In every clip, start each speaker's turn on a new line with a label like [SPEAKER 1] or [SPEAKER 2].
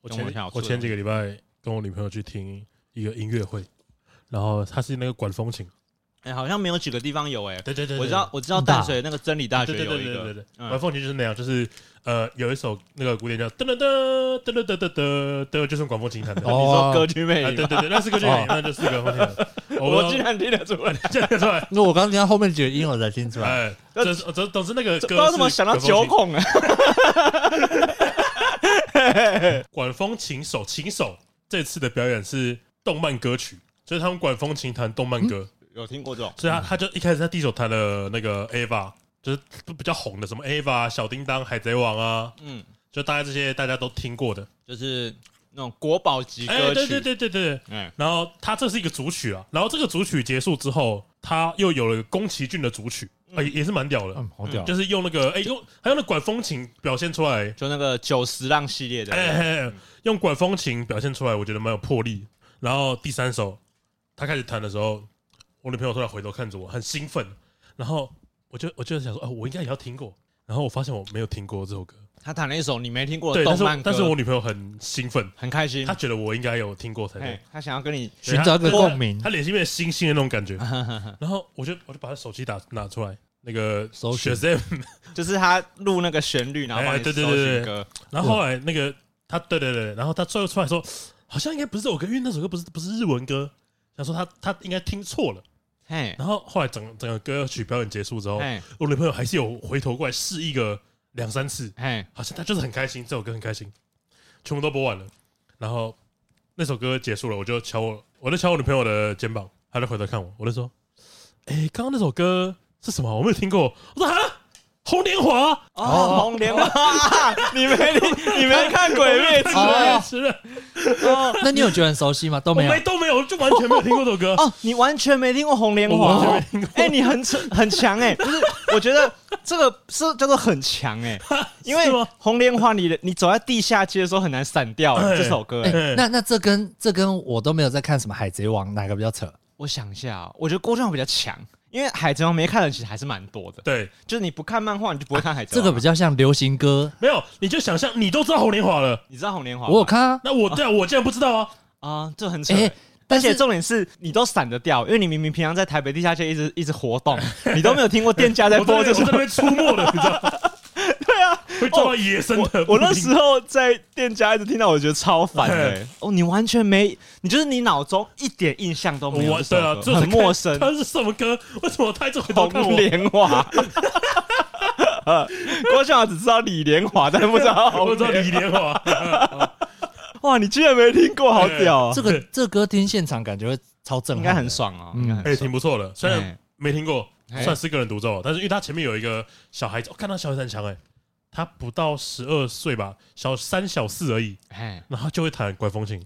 [SPEAKER 1] 我
[SPEAKER 2] 跟我
[SPEAKER 1] 前
[SPEAKER 2] 想要
[SPEAKER 1] 我
[SPEAKER 2] 做
[SPEAKER 1] 前
[SPEAKER 2] 的
[SPEAKER 1] 几个礼拜跟我女朋友去听一个音乐会，然后它是那个管风琴，
[SPEAKER 2] 哎、好像没有几个地方有哎、
[SPEAKER 1] 对对对
[SPEAKER 2] 我知道，我知道
[SPEAKER 3] 大
[SPEAKER 2] 淡水那个真理大
[SPEAKER 1] 对
[SPEAKER 2] 学
[SPEAKER 1] 对对
[SPEAKER 2] 有
[SPEAKER 1] 对
[SPEAKER 2] 一
[SPEAKER 1] 对对
[SPEAKER 2] 个，
[SPEAKER 1] 对，
[SPEAKER 2] 嗯
[SPEAKER 1] 管风琴就是那样，就是呃有一首那个古典叫噔噔噔噔噔噔噔噔噔，就是用管风琴弹的。
[SPEAKER 2] 你
[SPEAKER 3] 哦
[SPEAKER 2] 说歌剧魅
[SPEAKER 1] 啊，
[SPEAKER 2] 影
[SPEAKER 1] 对
[SPEAKER 2] 吗，
[SPEAKER 1] 对对，那是个电影
[SPEAKER 3] 哦，
[SPEAKER 1] 那就是个风琴弹。
[SPEAKER 2] 我
[SPEAKER 1] 不
[SPEAKER 2] 竟
[SPEAKER 1] 知道
[SPEAKER 2] 然听得出来，
[SPEAKER 1] 这个出来，
[SPEAKER 3] 那我刚刚听到后面几个音我才听出来，
[SPEAKER 1] 哎，总总总之那个
[SPEAKER 2] 这不
[SPEAKER 1] 歌
[SPEAKER 2] 知道怎么
[SPEAKER 1] 是
[SPEAKER 2] 想到
[SPEAKER 1] 管风琴
[SPEAKER 2] 九孔啊，
[SPEAKER 1] 管风琴手琴手这次的表演是动漫歌曲，就是他们管风琴弹动漫歌，
[SPEAKER 2] 有听过这种？
[SPEAKER 1] 所以他他就一开始他第一首弹了那个 Ava，就是比较红的什么 Ava、小啊叮当、海贼王啊，
[SPEAKER 2] 嗯，
[SPEAKER 1] 就大概这些大家都听过的。
[SPEAKER 2] 就是那种国宝级
[SPEAKER 1] 哎、
[SPEAKER 2] 歌曲，
[SPEAKER 1] 对对对对对。
[SPEAKER 2] 哎，
[SPEAKER 1] 然后他这是一个主曲啊，然后这个主曲结束之后，他又有了宫崎骏的主曲，啊、也也是蛮屌的，
[SPEAKER 3] 嗯，好屌，
[SPEAKER 1] 就是用那个哎、用还有那管风琴表现出来，
[SPEAKER 2] 就那个九十浪系列的，
[SPEAKER 1] 哎、嘿嘿 用管风琴表现出来，我觉得蛮有魄力。然后第三首他开始弹的时候，我女朋友突然回头看着我，很兴奋。然后我就我就想说，哦，我应该也要听过。然后我发现我没有听过这首歌，
[SPEAKER 2] 他弹了一首你没听过的
[SPEAKER 1] 对，但
[SPEAKER 2] 哦动
[SPEAKER 1] 是
[SPEAKER 2] 漫
[SPEAKER 1] 我
[SPEAKER 2] 歌，嗯
[SPEAKER 1] 但是我女朋友很兴奋，
[SPEAKER 2] 很开心
[SPEAKER 1] 她，觉得我应该有听过才对
[SPEAKER 2] 哎。，他想要跟你，
[SPEAKER 1] 对
[SPEAKER 3] 寻找一个
[SPEAKER 1] 她
[SPEAKER 3] 共鸣
[SPEAKER 1] 她脸上面星星的那种 感觉。然后我就我就把她手机打拿出来，那个
[SPEAKER 3] 搜寻
[SPEAKER 1] 雪 z
[SPEAKER 2] 就是他录那个旋律，然后帮
[SPEAKER 1] 哎
[SPEAKER 2] 你
[SPEAKER 1] 对对
[SPEAKER 2] 搜
[SPEAKER 1] 对
[SPEAKER 2] 寻
[SPEAKER 1] 对
[SPEAKER 2] 歌，
[SPEAKER 1] 然后后来那个他，对对对，然后他最后出来说，好像应该不是这首歌，因为那首歌不是不是日文歌，想说他他应该听错了。
[SPEAKER 2] 嘿，
[SPEAKER 1] 然后后来整个整个歌曲表演结束之后，
[SPEAKER 2] 嘿，
[SPEAKER 1] 我女朋友还是有回头过来试一个两三次，
[SPEAKER 2] 嘿，
[SPEAKER 1] 好像她就是很开心，这首歌很开心，全部都播完了。然后那首歌结束了，我就敲我，我就敲我女朋友的肩膀，她就回头看我，我就说，哎，刚刚那首歌是什么？我没有听过。我说啊，红莲华。
[SPEAKER 2] 哦，红莲花， 你没听，你没看《鬼灭之刃》
[SPEAKER 3] 哦
[SPEAKER 1] 吃了，
[SPEAKER 2] 哦
[SPEAKER 3] 那你有觉得很熟悉吗？都
[SPEAKER 1] 我
[SPEAKER 3] 没有
[SPEAKER 1] 没，都没有，就完全没有听过这首歌。
[SPEAKER 2] 哦，你完全没听过红莲
[SPEAKER 1] 我完
[SPEAKER 2] 花
[SPEAKER 1] 全
[SPEAKER 2] 哦
[SPEAKER 1] 没听过，
[SPEAKER 2] 哎、你很扯很强哎、不是，我觉得这个是叫做很强哎、 因为
[SPEAKER 1] 是吗
[SPEAKER 2] 红莲花你的你走在地下街的时候很难闪掉、哎
[SPEAKER 1] 哎
[SPEAKER 2] 这首歌、哎
[SPEAKER 1] 哎
[SPEAKER 3] 那那这跟这跟我都没有在看什么《海贼王》，哪个比较扯？
[SPEAKER 2] 我想一下哦、我觉得郭正宏比较强，因为海贼王没看的其实还是蛮多的，
[SPEAKER 1] 对，
[SPEAKER 2] 就是你不看漫画你就不会看海贼
[SPEAKER 3] 啊这
[SPEAKER 2] 王、
[SPEAKER 3] 个比较像流行歌，
[SPEAKER 1] 没有，你就想象你都知道红莲华了，
[SPEAKER 2] 你知道红莲花吗？
[SPEAKER 3] 我有看啊，
[SPEAKER 1] 那
[SPEAKER 2] 哦
[SPEAKER 1] 我对啊，我竟然不知道啊！
[SPEAKER 2] 啊，这很扯、
[SPEAKER 3] 哎
[SPEAKER 2] 哎，而
[SPEAKER 3] 但
[SPEAKER 2] 且
[SPEAKER 3] 是
[SPEAKER 2] 重点是你都闪得掉，因为你明明平常在台北地下街一直一直活动，你都没有听过店家在
[SPEAKER 1] 我在那
[SPEAKER 2] 播这
[SPEAKER 1] 边我在
[SPEAKER 2] 首
[SPEAKER 1] 那边出没的，你知 道吗？
[SPEAKER 2] 对啊，
[SPEAKER 1] 会撞到野生的
[SPEAKER 2] 哦我我那时候在店家一直听到，我觉得超烦的、
[SPEAKER 1] 嘿
[SPEAKER 2] 哦，你完全没，你就是你脑中一点印象都没有
[SPEAKER 1] 我
[SPEAKER 2] 这
[SPEAKER 1] 对
[SPEAKER 2] 首歌，
[SPEAKER 1] 啊，这
[SPEAKER 2] 很陌生。
[SPEAKER 1] 他是什么歌？为什么他一直回头 看
[SPEAKER 2] 红
[SPEAKER 1] 我？
[SPEAKER 2] 莲华，呃郭晓只知道李莲华，但是不知道
[SPEAKER 1] 我
[SPEAKER 2] 红
[SPEAKER 1] 知道
[SPEAKER 2] 莲。
[SPEAKER 1] 李莲华，
[SPEAKER 2] 哇，你居然没听过，好屌、哦！
[SPEAKER 3] 这个这歌听现场感觉会超震
[SPEAKER 2] 应
[SPEAKER 3] 撼的，
[SPEAKER 2] 该很爽哦，
[SPEAKER 3] 嗯
[SPEAKER 2] 应该很
[SPEAKER 1] 哎，
[SPEAKER 2] 爽
[SPEAKER 1] 挺不错的，虽然
[SPEAKER 2] 哎
[SPEAKER 1] 没听过，
[SPEAKER 2] 哎
[SPEAKER 1] 算是个人独奏，啊但是因为他前面有一个小孩子，我看到小孩子很强哎，他不到十二岁吧，小三小四而已，
[SPEAKER 2] 哎
[SPEAKER 1] 然后就会弹管风琴。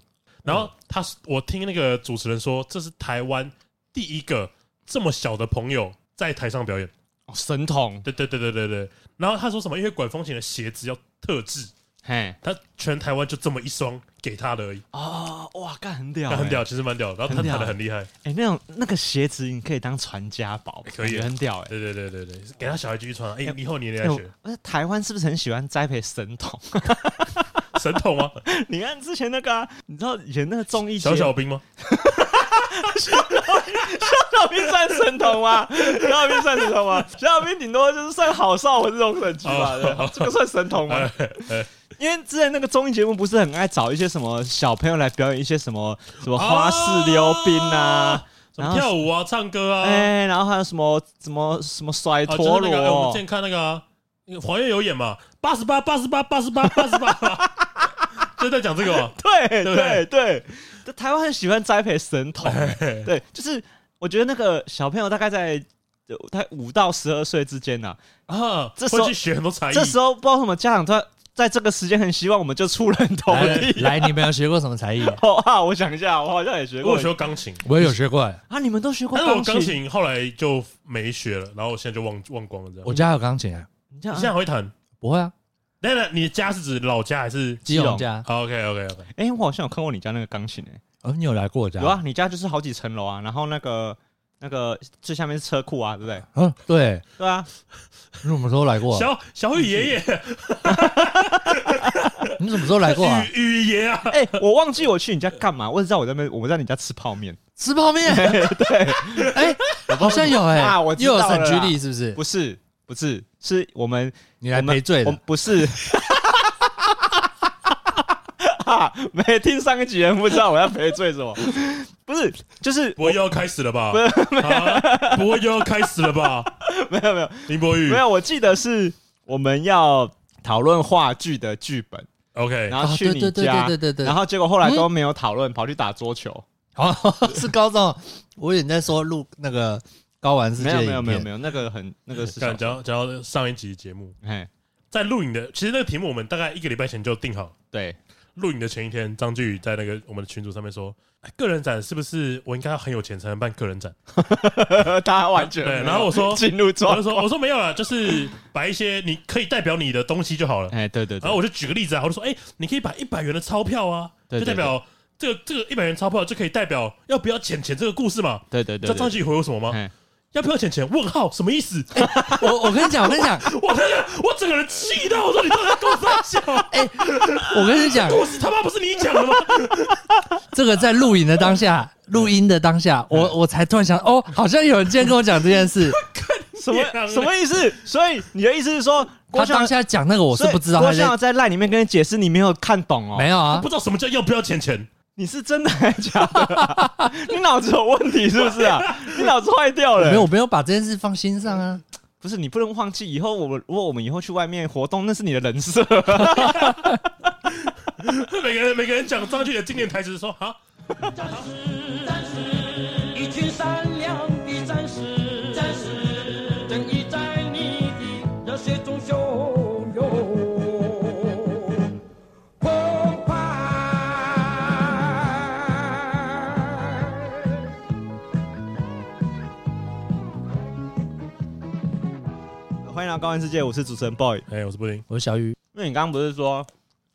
[SPEAKER 1] 然后他是，我听那个主持人说，这是台湾第一个这么小的朋友在台上表演。
[SPEAKER 2] 哦神童，
[SPEAKER 1] 对对对对对对。然后他说什么？因为管风琴的鞋子要特制，
[SPEAKER 2] 嘿
[SPEAKER 1] 他全台湾就这么一双给他的而已，
[SPEAKER 2] 哦，哇，干很屌、欸
[SPEAKER 1] 那很屌，，其实蛮屌的。然后他
[SPEAKER 2] 很屌
[SPEAKER 1] 弹的很厉害，
[SPEAKER 2] 哎、那种那个鞋子你可以当传家宝，
[SPEAKER 1] 可以
[SPEAKER 2] 感觉很屌哎、
[SPEAKER 1] 对对对对对，给他小孩继续穿啊。哎
[SPEAKER 2] 哎，
[SPEAKER 1] 以后你也
[SPEAKER 2] 哎
[SPEAKER 1] 来
[SPEAKER 2] 我
[SPEAKER 1] 学
[SPEAKER 2] 哎台湾是不是很喜欢栽培神童？
[SPEAKER 1] 神童 吗？
[SPEAKER 2] 你看之前那个、啊，你知道以前那个综艺节
[SPEAKER 1] 小
[SPEAKER 2] 目
[SPEAKER 1] 小兵吗？
[SPEAKER 2] 小小兵算神童吗？ 小小兵算神童吗？小小兵顶多就是算好少文这种等级吧，
[SPEAKER 1] 哦哎
[SPEAKER 2] 对这个算神童吗？因为之前那个综艺节目不是很爱找一些什么小朋友来表演一些什么什么
[SPEAKER 1] 哦
[SPEAKER 2] 花式溜冰啊，
[SPEAKER 1] 什么
[SPEAKER 2] 然后
[SPEAKER 1] 跳舞啊，唱歌啊，
[SPEAKER 2] 哎、然后还有什么什么什么甩
[SPEAKER 1] 啊，
[SPEAKER 2] 陀
[SPEAKER 1] 就是那个哎我们
[SPEAKER 2] 螺
[SPEAKER 1] 之，前看那个啊，那个黄月有演嘛，八十八，八十八，八十八，八十八， 就在讲这 个嘛。
[SPEAKER 2] 对
[SPEAKER 1] 对不对哎
[SPEAKER 2] 对对，这台湾很喜欢栽培神童，对，就是我觉得那个小朋友大概在呃他五到十二岁之间呢、
[SPEAKER 1] 啊，
[SPEAKER 2] 这时候
[SPEAKER 1] 会去学很多才艺，
[SPEAKER 2] 这时候不知道为什么家长在在这个时间很希望我们就出人 头
[SPEAKER 3] 来
[SPEAKER 2] 地。
[SPEAKER 3] 来，你们有学过什么才艺？
[SPEAKER 2] 哦啊，我想一下，我好像也学过
[SPEAKER 1] 我有学过钢琴，
[SPEAKER 3] 我也有学过，欸
[SPEAKER 2] 啊，你们都学过
[SPEAKER 1] 但是我钢
[SPEAKER 2] 琴？
[SPEAKER 1] 琴后来就没学了，然后我现在就忘忘光了这样。
[SPEAKER 3] 我家有钢琴啊，
[SPEAKER 2] 你这
[SPEAKER 1] 你
[SPEAKER 2] 样
[SPEAKER 1] 现在还会弹？
[SPEAKER 3] 不会啊，
[SPEAKER 1] 等等，你的家是指老家还是啊
[SPEAKER 3] 基隆家，
[SPEAKER 2] 啊
[SPEAKER 1] ？OK OK OK，
[SPEAKER 2] 哎、我好像有看过你家那个钢琴诶、
[SPEAKER 3] 哦，你有来过我家？
[SPEAKER 2] 有啊，你家就是好几层楼啊，然后那个那个最下面是车库啊，对不对？
[SPEAKER 3] 嗯，对，
[SPEAKER 2] 对啊，
[SPEAKER 3] 你什么时候来过？
[SPEAKER 1] 小小雨爷爷，
[SPEAKER 3] 你什么时候来过啊？
[SPEAKER 1] 雨雨爷啊，
[SPEAKER 2] 哎、我忘记我去你家干嘛，我只知道我在那边，我在你家吃泡面，
[SPEAKER 3] 吃泡面？ 对，哎，好像有哎、
[SPEAKER 2] 啊我知道
[SPEAKER 3] 又有
[SPEAKER 2] 了啦
[SPEAKER 3] 沈居里是不是？
[SPEAKER 2] 不是不是，是我们
[SPEAKER 3] 你来赔罪
[SPEAKER 2] 我
[SPEAKER 3] 的
[SPEAKER 2] 们，不是。 哈，啊没听上一集人不知道我要赔罪什么，不是，就是
[SPEAKER 1] 博又要开始了 吧？啊博又要开始了吧？
[SPEAKER 2] 没 有没有
[SPEAKER 1] 林博宇
[SPEAKER 2] 没有，我记得是我们要讨论话剧的剧本，
[SPEAKER 1] ，OK，
[SPEAKER 2] 然后
[SPEAKER 3] 啊
[SPEAKER 2] 去
[SPEAKER 3] 对
[SPEAKER 2] 你
[SPEAKER 3] 对对
[SPEAKER 2] 家，
[SPEAKER 3] 对对对对
[SPEAKER 2] 然后结果后来都没有讨论，跑去打桌球。
[SPEAKER 3] 哦，是高中，我以为你在说录那个高玩世界
[SPEAKER 2] 没有没有没有
[SPEAKER 3] 有，
[SPEAKER 2] 没有，那个很那个是
[SPEAKER 1] 讲讲讲到上一集节目，
[SPEAKER 2] 哎，
[SPEAKER 1] 在录影的，其实那个题目我们大概一个礼拜前就定好了。
[SPEAKER 2] 对，
[SPEAKER 1] 录影的前一天，张俊宇在那个我们的群组上面说，哎个人展是不是我应该要很有钱才能办个人展？
[SPEAKER 2] 大家完全
[SPEAKER 1] 对
[SPEAKER 2] 没有
[SPEAKER 1] 然后我说
[SPEAKER 2] 进入
[SPEAKER 1] 我
[SPEAKER 2] 状
[SPEAKER 1] 就，说哦我说没有啦，就是把一些你可以代表你的东西就好了。
[SPEAKER 2] 哎，对对
[SPEAKER 1] 然后
[SPEAKER 2] 对，
[SPEAKER 1] 我就举个例子啊，我就说，哎、你可以把一百元的钞票啊，
[SPEAKER 2] 对
[SPEAKER 1] 就代
[SPEAKER 2] 对
[SPEAKER 1] 表这个这个一百元钞票就可以代表要不要钱钱这个故事嘛。
[SPEAKER 2] 对对
[SPEAKER 1] 你
[SPEAKER 2] 对
[SPEAKER 1] 知道张哦
[SPEAKER 2] 对，
[SPEAKER 1] 继回我什么吗？
[SPEAKER 2] 哎
[SPEAKER 1] 要不要钱钱？问号什么意思？哎
[SPEAKER 3] 我我跟你讲，我跟你讲，
[SPEAKER 1] 我真的我整个人气到，我说你到底在跟我撒 笑？
[SPEAKER 3] 我跟你讲，
[SPEAKER 1] 故事他妈不是你讲的吗？
[SPEAKER 3] 这个在录影的当下，录音的当下，
[SPEAKER 2] 嗯
[SPEAKER 3] 我我才突然想，哦，好像有人今天跟我讲这件事，
[SPEAKER 2] 什
[SPEAKER 1] 啊
[SPEAKER 2] 么什么意思？所以你的意思是说，
[SPEAKER 3] 他
[SPEAKER 2] 郭
[SPEAKER 3] 当
[SPEAKER 2] 襄
[SPEAKER 3] 下讲那个我是不知道
[SPEAKER 2] 所以
[SPEAKER 3] 他
[SPEAKER 2] 郭襄
[SPEAKER 3] 在
[SPEAKER 2] 在赖里面跟你解释，你没有看懂哦。
[SPEAKER 3] 没有啊
[SPEAKER 1] 不，知道什么叫要不要钱钱？
[SPEAKER 2] 你是真的还是假的 啊、你脑子有问题是不是啊？你脑子坏掉了、
[SPEAKER 3] 没有，我没有把这件事放心上啊，
[SPEAKER 2] 不是你不能忘记，以后我们如果我们以后去外面活动，那是你的人设。
[SPEAKER 1] 每个人每个人讲张俊宇的经典台词说啊，
[SPEAKER 4] 战士，战士，一群善良的战士，战士，正义在你的热血中汹涌澎湃。
[SPEAKER 2] 欢迎来到高玩世界，我是主持人 boy。
[SPEAKER 1] 哎、我是布丁，
[SPEAKER 3] 我是小鱼，
[SPEAKER 2] 那你刚刚不是说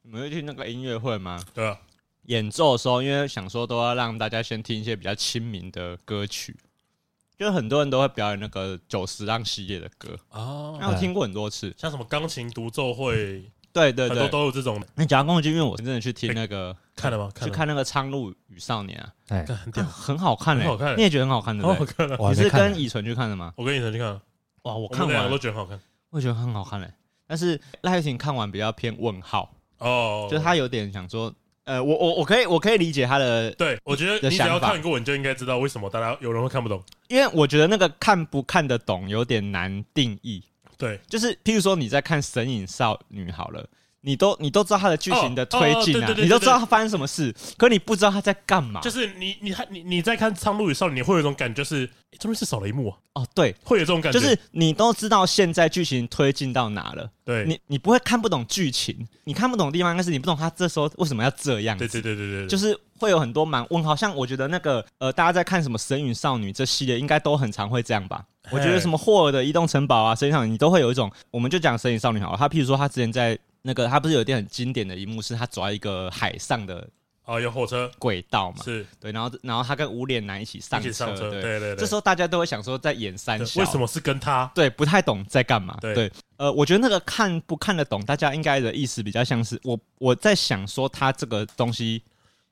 [SPEAKER 2] 你们会去那个音乐会吗？
[SPEAKER 1] 对啊，
[SPEAKER 2] 演奏的时候，因为想说都要让大家先听一些比较亲民的歌曲，就是很多人都会表演那个九十浪系列的歌，
[SPEAKER 1] 哦，
[SPEAKER 2] 那我听过很多次。
[SPEAKER 1] 像什么钢琴独奏会，
[SPEAKER 2] 对对
[SPEAKER 1] 很多
[SPEAKER 2] 对，
[SPEAKER 1] 都有这种，
[SPEAKER 2] 那讲到宫崎骏，因为我真的去听那个，
[SPEAKER 1] 看了吗？
[SPEAKER 2] 去
[SPEAKER 1] 了，
[SPEAKER 2] 看那个《苍鹭与少年》啊，
[SPEAKER 3] 哎，
[SPEAKER 1] 看很屌，
[SPEAKER 2] 很好看嘞、
[SPEAKER 1] 很好看
[SPEAKER 2] 你也觉得很好看 对
[SPEAKER 1] 好好
[SPEAKER 2] 不对？
[SPEAKER 1] 看啊！
[SPEAKER 3] 我还
[SPEAKER 2] 你
[SPEAKER 3] 没
[SPEAKER 2] 是
[SPEAKER 3] 看
[SPEAKER 2] 跟以纯去看的吗？
[SPEAKER 1] 我跟你曾去看了，
[SPEAKER 2] 哇，我
[SPEAKER 1] 我
[SPEAKER 2] 看
[SPEAKER 1] 们两
[SPEAKER 2] 完
[SPEAKER 1] 个
[SPEAKER 2] 了
[SPEAKER 1] 都，觉得很好看
[SPEAKER 2] 我也觉得很好看嘞、欸但是赖玉婷看完比较偏问号，
[SPEAKER 1] 哦。
[SPEAKER 2] 就是他有点想说，呃，我我我可以我可以理解他的，
[SPEAKER 1] 对，我觉得
[SPEAKER 2] 的
[SPEAKER 1] 你只要
[SPEAKER 2] 想法
[SPEAKER 1] 看过，你就应该知道为什么大家有人会看不懂。
[SPEAKER 2] 因为我觉得那个看不看得懂有点难定义。
[SPEAKER 1] 对，
[SPEAKER 2] 就是譬如说你在看《神隐少女》好了，你都你都知道它的剧情的推进
[SPEAKER 1] 哦哦
[SPEAKER 2] 啊
[SPEAKER 1] 对对，对
[SPEAKER 2] 你都知道它发生什么事，可你不知道它在干嘛。
[SPEAKER 1] 就是你你看你你在看《苍鹭与少女》，你会有一种感觉是，诶中间是少了一幕啊，
[SPEAKER 2] 哦，对，
[SPEAKER 1] 会有这种感觉。
[SPEAKER 2] 就是你都知道现在剧情推进到哪了，
[SPEAKER 1] 对，
[SPEAKER 2] 你你不会看不懂剧情，你看不懂的地方应该是你不懂他这时候为什么要这样子
[SPEAKER 1] 对对对对对，对
[SPEAKER 2] 就是会有很多蛮问号，像我觉得那个呃，大家在看什么《神与少女》这系列，应该都很常会这样吧。我觉得什么霍尔的《移动城堡》啊，《神与少女》，你都会有一种，我们就讲《神与少女》好了。他譬如说，他之前在那个，他不是有一点很经典的一幕，是他走在一个海上的
[SPEAKER 1] 啊，有火车
[SPEAKER 2] 轨道嘛？
[SPEAKER 1] 是
[SPEAKER 2] 对，然后然后他跟无脸男一起上
[SPEAKER 1] 一起上车，
[SPEAKER 2] 对。
[SPEAKER 1] 对对对。
[SPEAKER 2] 这时候大家都会想说，在演三
[SPEAKER 1] 对
[SPEAKER 2] 小，
[SPEAKER 1] 为什么是跟他？
[SPEAKER 2] 对，不太懂在干嘛。
[SPEAKER 1] 对
[SPEAKER 2] 对，呃，我觉得那个看不看得懂，大家应该的意思比较像是我我在想说，他这个东西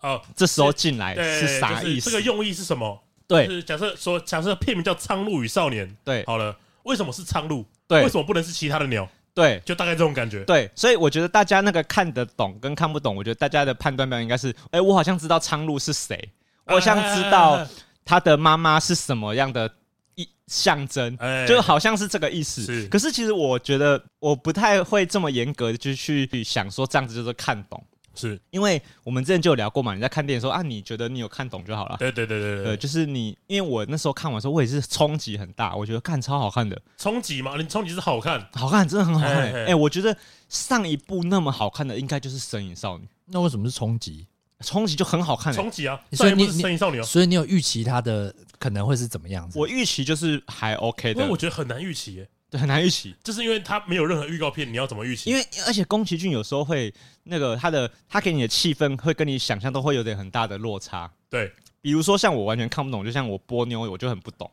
[SPEAKER 1] 哦，
[SPEAKER 2] 这时候进来
[SPEAKER 1] 对，
[SPEAKER 2] 哎是啥
[SPEAKER 1] 就是
[SPEAKER 2] 意思？
[SPEAKER 1] 这个用意是什么？就
[SPEAKER 2] 对
[SPEAKER 1] 是假设说，假设片名叫《苍鹭与少年》，
[SPEAKER 2] 对
[SPEAKER 1] 好了，为什么是苍鹭？为
[SPEAKER 2] 对
[SPEAKER 1] 什么不能是其他的鸟？
[SPEAKER 2] 对
[SPEAKER 1] 就大概这种感觉。
[SPEAKER 2] 对，所以我觉得大家那个看得懂跟看不懂，我觉得大家的判断标准应该是：哎、我好像知道苍鹭是谁，
[SPEAKER 1] 啊
[SPEAKER 2] 我好像知道他的妈妈是什么样的一象征。
[SPEAKER 1] 哎，
[SPEAKER 2] 就好像是这个意思，
[SPEAKER 1] 是
[SPEAKER 2] 可是其实我觉得我不太会这么严格的就去想说这样子就是看懂，
[SPEAKER 1] 是，
[SPEAKER 2] 因为我们之前就有聊过嘛，你在看电影的时候啊，你觉得你有看懂就好了。
[SPEAKER 1] 对对对对
[SPEAKER 2] 对，，就是你，因为我那时候看完的时候，我也是冲击很大，我觉得看超好看的，
[SPEAKER 1] 冲击嘛，你冲击是好看，
[SPEAKER 2] 好看，真的很好看、
[SPEAKER 1] 哎
[SPEAKER 2] 欸。哎、
[SPEAKER 1] 哎
[SPEAKER 2] 我觉得上一部那么好看的应该就是《神隐少女》，
[SPEAKER 3] 那为什么是冲击？
[SPEAKER 2] 冲击就很好看、欸。
[SPEAKER 1] 冲击啊！
[SPEAKER 3] 所
[SPEAKER 1] 上
[SPEAKER 3] 以
[SPEAKER 1] 一部是
[SPEAKER 3] 你
[SPEAKER 1] 《身影少女》啊，
[SPEAKER 3] 所以你有预期它的可能会是怎么样子？
[SPEAKER 2] 我预期就是还 OK
[SPEAKER 1] 因为
[SPEAKER 2] 的
[SPEAKER 1] 我，觉得很难预期耶，
[SPEAKER 2] 对，很难预期。
[SPEAKER 1] 就是因为它没有任何预告片，你要怎么预期？
[SPEAKER 2] 因为而且宫崎骏有时候会那个他的他给你的气氛会跟你想象都会有点很大的落差。
[SPEAKER 1] 对
[SPEAKER 2] 比如说像我完全看不懂，就像我波妞我就很不懂，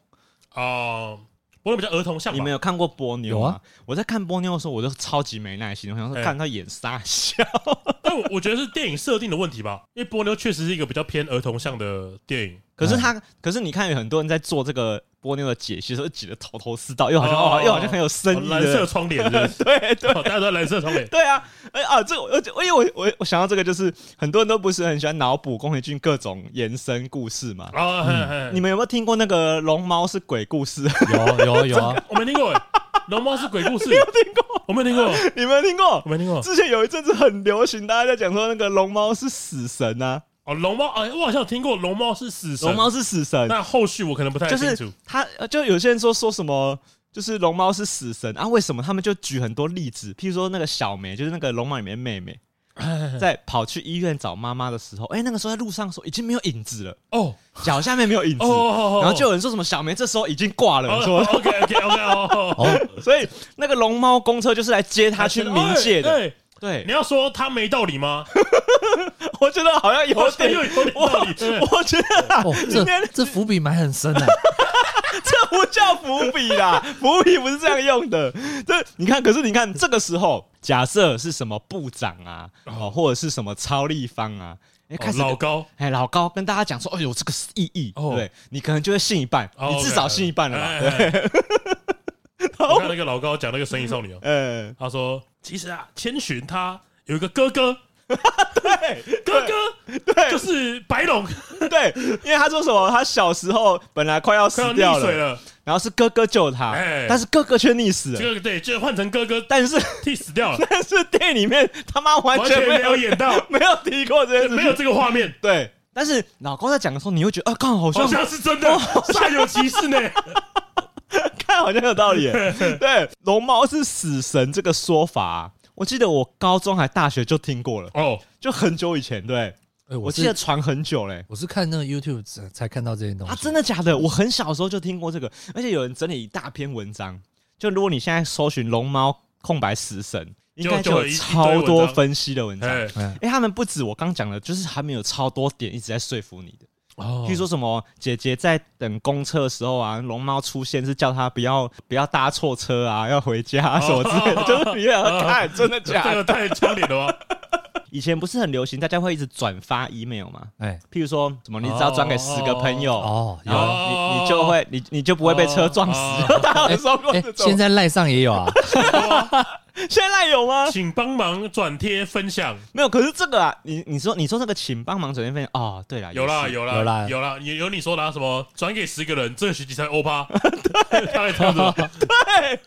[SPEAKER 1] 啊，伯牛比较儿童像
[SPEAKER 2] 你
[SPEAKER 1] 吧
[SPEAKER 2] 们？有看过波妞
[SPEAKER 3] 有
[SPEAKER 2] 吗？
[SPEAKER 3] 啊
[SPEAKER 2] 我在看波妞的时候，我都超级没耐心，我想说
[SPEAKER 1] 哎
[SPEAKER 2] 看他演啊傻笑。
[SPEAKER 1] 但我我觉得是电影设定的问题吧，因为波妞确实是一个比较偏儿童向的电影。
[SPEAKER 2] 可是他，可是你看有很多人在做这个波妞的解析的时候，挤得头头是道，又好像哦又好像很有深意
[SPEAKER 1] 蓝色
[SPEAKER 2] 的，
[SPEAKER 1] 窗帘是不是，
[SPEAKER 2] 对对
[SPEAKER 1] 哦大家都在蓝色窗帘。
[SPEAKER 2] 对啊，哎啊，这我我因为我我我想到这个，就是很多人都不是很喜欢脑补宫崎骏各种延伸故事嘛。
[SPEAKER 1] 啊，嘿
[SPEAKER 2] 你
[SPEAKER 1] 嘿
[SPEAKER 2] 们有没有听过那个龙猫是鬼故事？
[SPEAKER 3] 有有有啊，
[SPEAKER 1] 我没听过欸，龙猫是鬼故事，没有听过，我没听过，
[SPEAKER 2] 你们有听过
[SPEAKER 1] 我？没听过。
[SPEAKER 2] 之前有一阵子很流行，大家在讲说那个龙猫是死神啊，
[SPEAKER 1] 哦，龙猫，哎，我好像有听过龙猫是死神。
[SPEAKER 2] 龙猫，是死神，
[SPEAKER 1] 那后续我可能不太
[SPEAKER 2] 就
[SPEAKER 1] 清
[SPEAKER 2] 是
[SPEAKER 1] 楚。
[SPEAKER 2] 他，呃就有些人说说什么，就是龙猫是死神啊？为什么他们就举很多例子？譬如说那个小梅，就是那个龙猫里面 妹妹，在跑去医院找妈妈的时候，哎、那个时候在路上说已经没有影子了，
[SPEAKER 1] 哦
[SPEAKER 2] 脚下面没有影子，
[SPEAKER 1] 哦哦哦，哦
[SPEAKER 2] 然后就有人说什么小梅这时候已经挂了，我
[SPEAKER 1] 哦
[SPEAKER 2] 说，
[SPEAKER 1] OK OK OK 哦，
[SPEAKER 3] 哦，
[SPEAKER 2] 所以那个龙猫公车就是来接她去冥界的，
[SPEAKER 1] 哎。哎
[SPEAKER 2] 对
[SPEAKER 1] 你，要说他没道理吗？
[SPEAKER 2] 我觉得好像有
[SPEAKER 1] 我觉得
[SPEAKER 2] 点
[SPEAKER 1] 有。点道理。对
[SPEAKER 2] 我觉得啊
[SPEAKER 3] 哦，
[SPEAKER 2] 今天
[SPEAKER 3] 这这伏笔埋很深 啊。
[SPEAKER 2] 这不叫伏笔啦，
[SPEAKER 1] 哦
[SPEAKER 2] 伏笔不是这样用的。这你看，可是你看这个时候，假设是什么部长啊，哦，或者是什么超立方啊，哎，开
[SPEAKER 1] 哦
[SPEAKER 2] 始
[SPEAKER 1] 老高，
[SPEAKER 2] 哎老高跟大家讲说，哎呦，这个是意义，
[SPEAKER 1] 哦
[SPEAKER 2] 对你可能就会信一半，
[SPEAKER 1] 哦
[SPEAKER 2] 你至少信一半了吧？对，
[SPEAKER 1] 哎哎哎 我看那个老高讲那个神隐少 女哦，
[SPEAKER 2] 嗯，
[SPEAKER 1] 他说：“其实啊，千寻他有一个哥哥，
[SPEAKER 2] 对
[SPEAKER 1] 哥哥
[SPEAKER 2] 对
[SPEAKER 1] 就是白龙，
[SPEAKER 2] 对，因为他说什么，他小时候本来快要死
[SPEAKER 1] 快要
[SPEAKER 2] 掉
[SPEAKER 1] 溺水
[SPEAKER 2] 了，
[SPEAKER 1] 了。
[SPEAKER 2] 然后是哥哥救他
[SPEAKER 1] 哎，
[SPEAKER 2] 但是哥哥却溺死了。
[SPEAKER 1] 这个对，就换成哥哥
[SPEAKER 2] 但是
[SPEAKER 1] 替死掉了，
[SPEAKER 2] 但是电影里面他妈完
[SPEAKER 1] 完
[SPEAKER 2] 啊全
[SPEAKER 1] 全
[SPEAKER 2] 没
[SPEAKER 1] 没
[SPEAKER 2] 有
[SPEAKER 1] 有演到，
[SPEAKER 2] 没有提过这件事情，
[SPEAKER 1] 没有这个画面，
[SPEAKER 2] 对，但是老高在讲的时候，你会觉得啊，看好像哦
[SPEAKER 1] 好像是真的，煞有其事 呢。
[SPEAKER 2] 看好像有道 理耶。对，龙猫是死神这个说法啊、我记得我高中还大学就听过了，
[SPEAKER 1] 哦，
[SPEAKER 2] 就很久以前。对，
[SPEAKER 3] 哎，
[SPEAKER 2] 我
[SPEAKER 3] 我
[SPEAKER 2] 记得
[SPEAKER 3] 是
[SPEAKER 2] 传很久嘞。
[SPEAKER 3] 我是看那个 YouTube 才才看到这些东西
[SPEAKER 2] 啊，真的假的？我很小的时候就听过这个，而且有人整理一大篇文章。就如果你现在搜寻龙猫空白死神，应该
[SPEAKER 1] 就
[SPEAKER 2] 就
[SPEAKER 1] 就有一
[SPEAKER 2] 有
[SPEAKER 1] 一堆
[SPEAKER 2] 超多
[SPEAKER 1] 文章
[SPEAKER 2] 分析的文 章。
[SPEAKER 1] 哎，
[SPEAKER 3] 哎
[SPEAKER 2] 哎、他们不止我刚讲的，就是还没有超多点一直在说服你的。
[SPEAKER 3] 哦
[SPEAKER 2] 譬如说什么姐姐在等公车的时候啊，龙猫出现是叫她不要不要搭错车啊，要回家、啊、什么之类的，就是你要看真的假
[SPEAKER 1] 这
[SPEAKER 2] 的。
[SPEAKER 1] 个太牵连了吧？
[SPEAKER 2] 以前不是很流行，大家会一直转发 email 嘛？
[SPEAKER 3] 哎
[SPEAKER 2] 譬如说什么，你只要转给十个朋友，
[SPEAKER 3] 哦
[SPEAKER 2] 然
[SPEAKER 3] 有。
[SPEAKER 2] 后你你就会你你就不会被车撞
[SPEAKER 1] 哦
[SPEAKER 2] 死。大家有收过
[SPEAKER 3] 哎
[SPEAKER 2] 这，种？
[SPEAKER 3] 现在赖上也有啊，
[SPEAKER 2] 现在有吗？
[SPEAKER 1] 请帮忙转贴分享，
[SPEAKER 2] 没有。可是这个啊，你你说你说那个，请帮忙转天分享哦，对了，
[SPEAKER 1] 有啦
[SPEAKER 2] 也是
[SPEAKER 1] 有啦
[SPEAKER 3] 有啦
[SPEAKER 1] 有啦，有有你说的啊什么转给十个人，这个学期才欧趴， 大概这样子吧。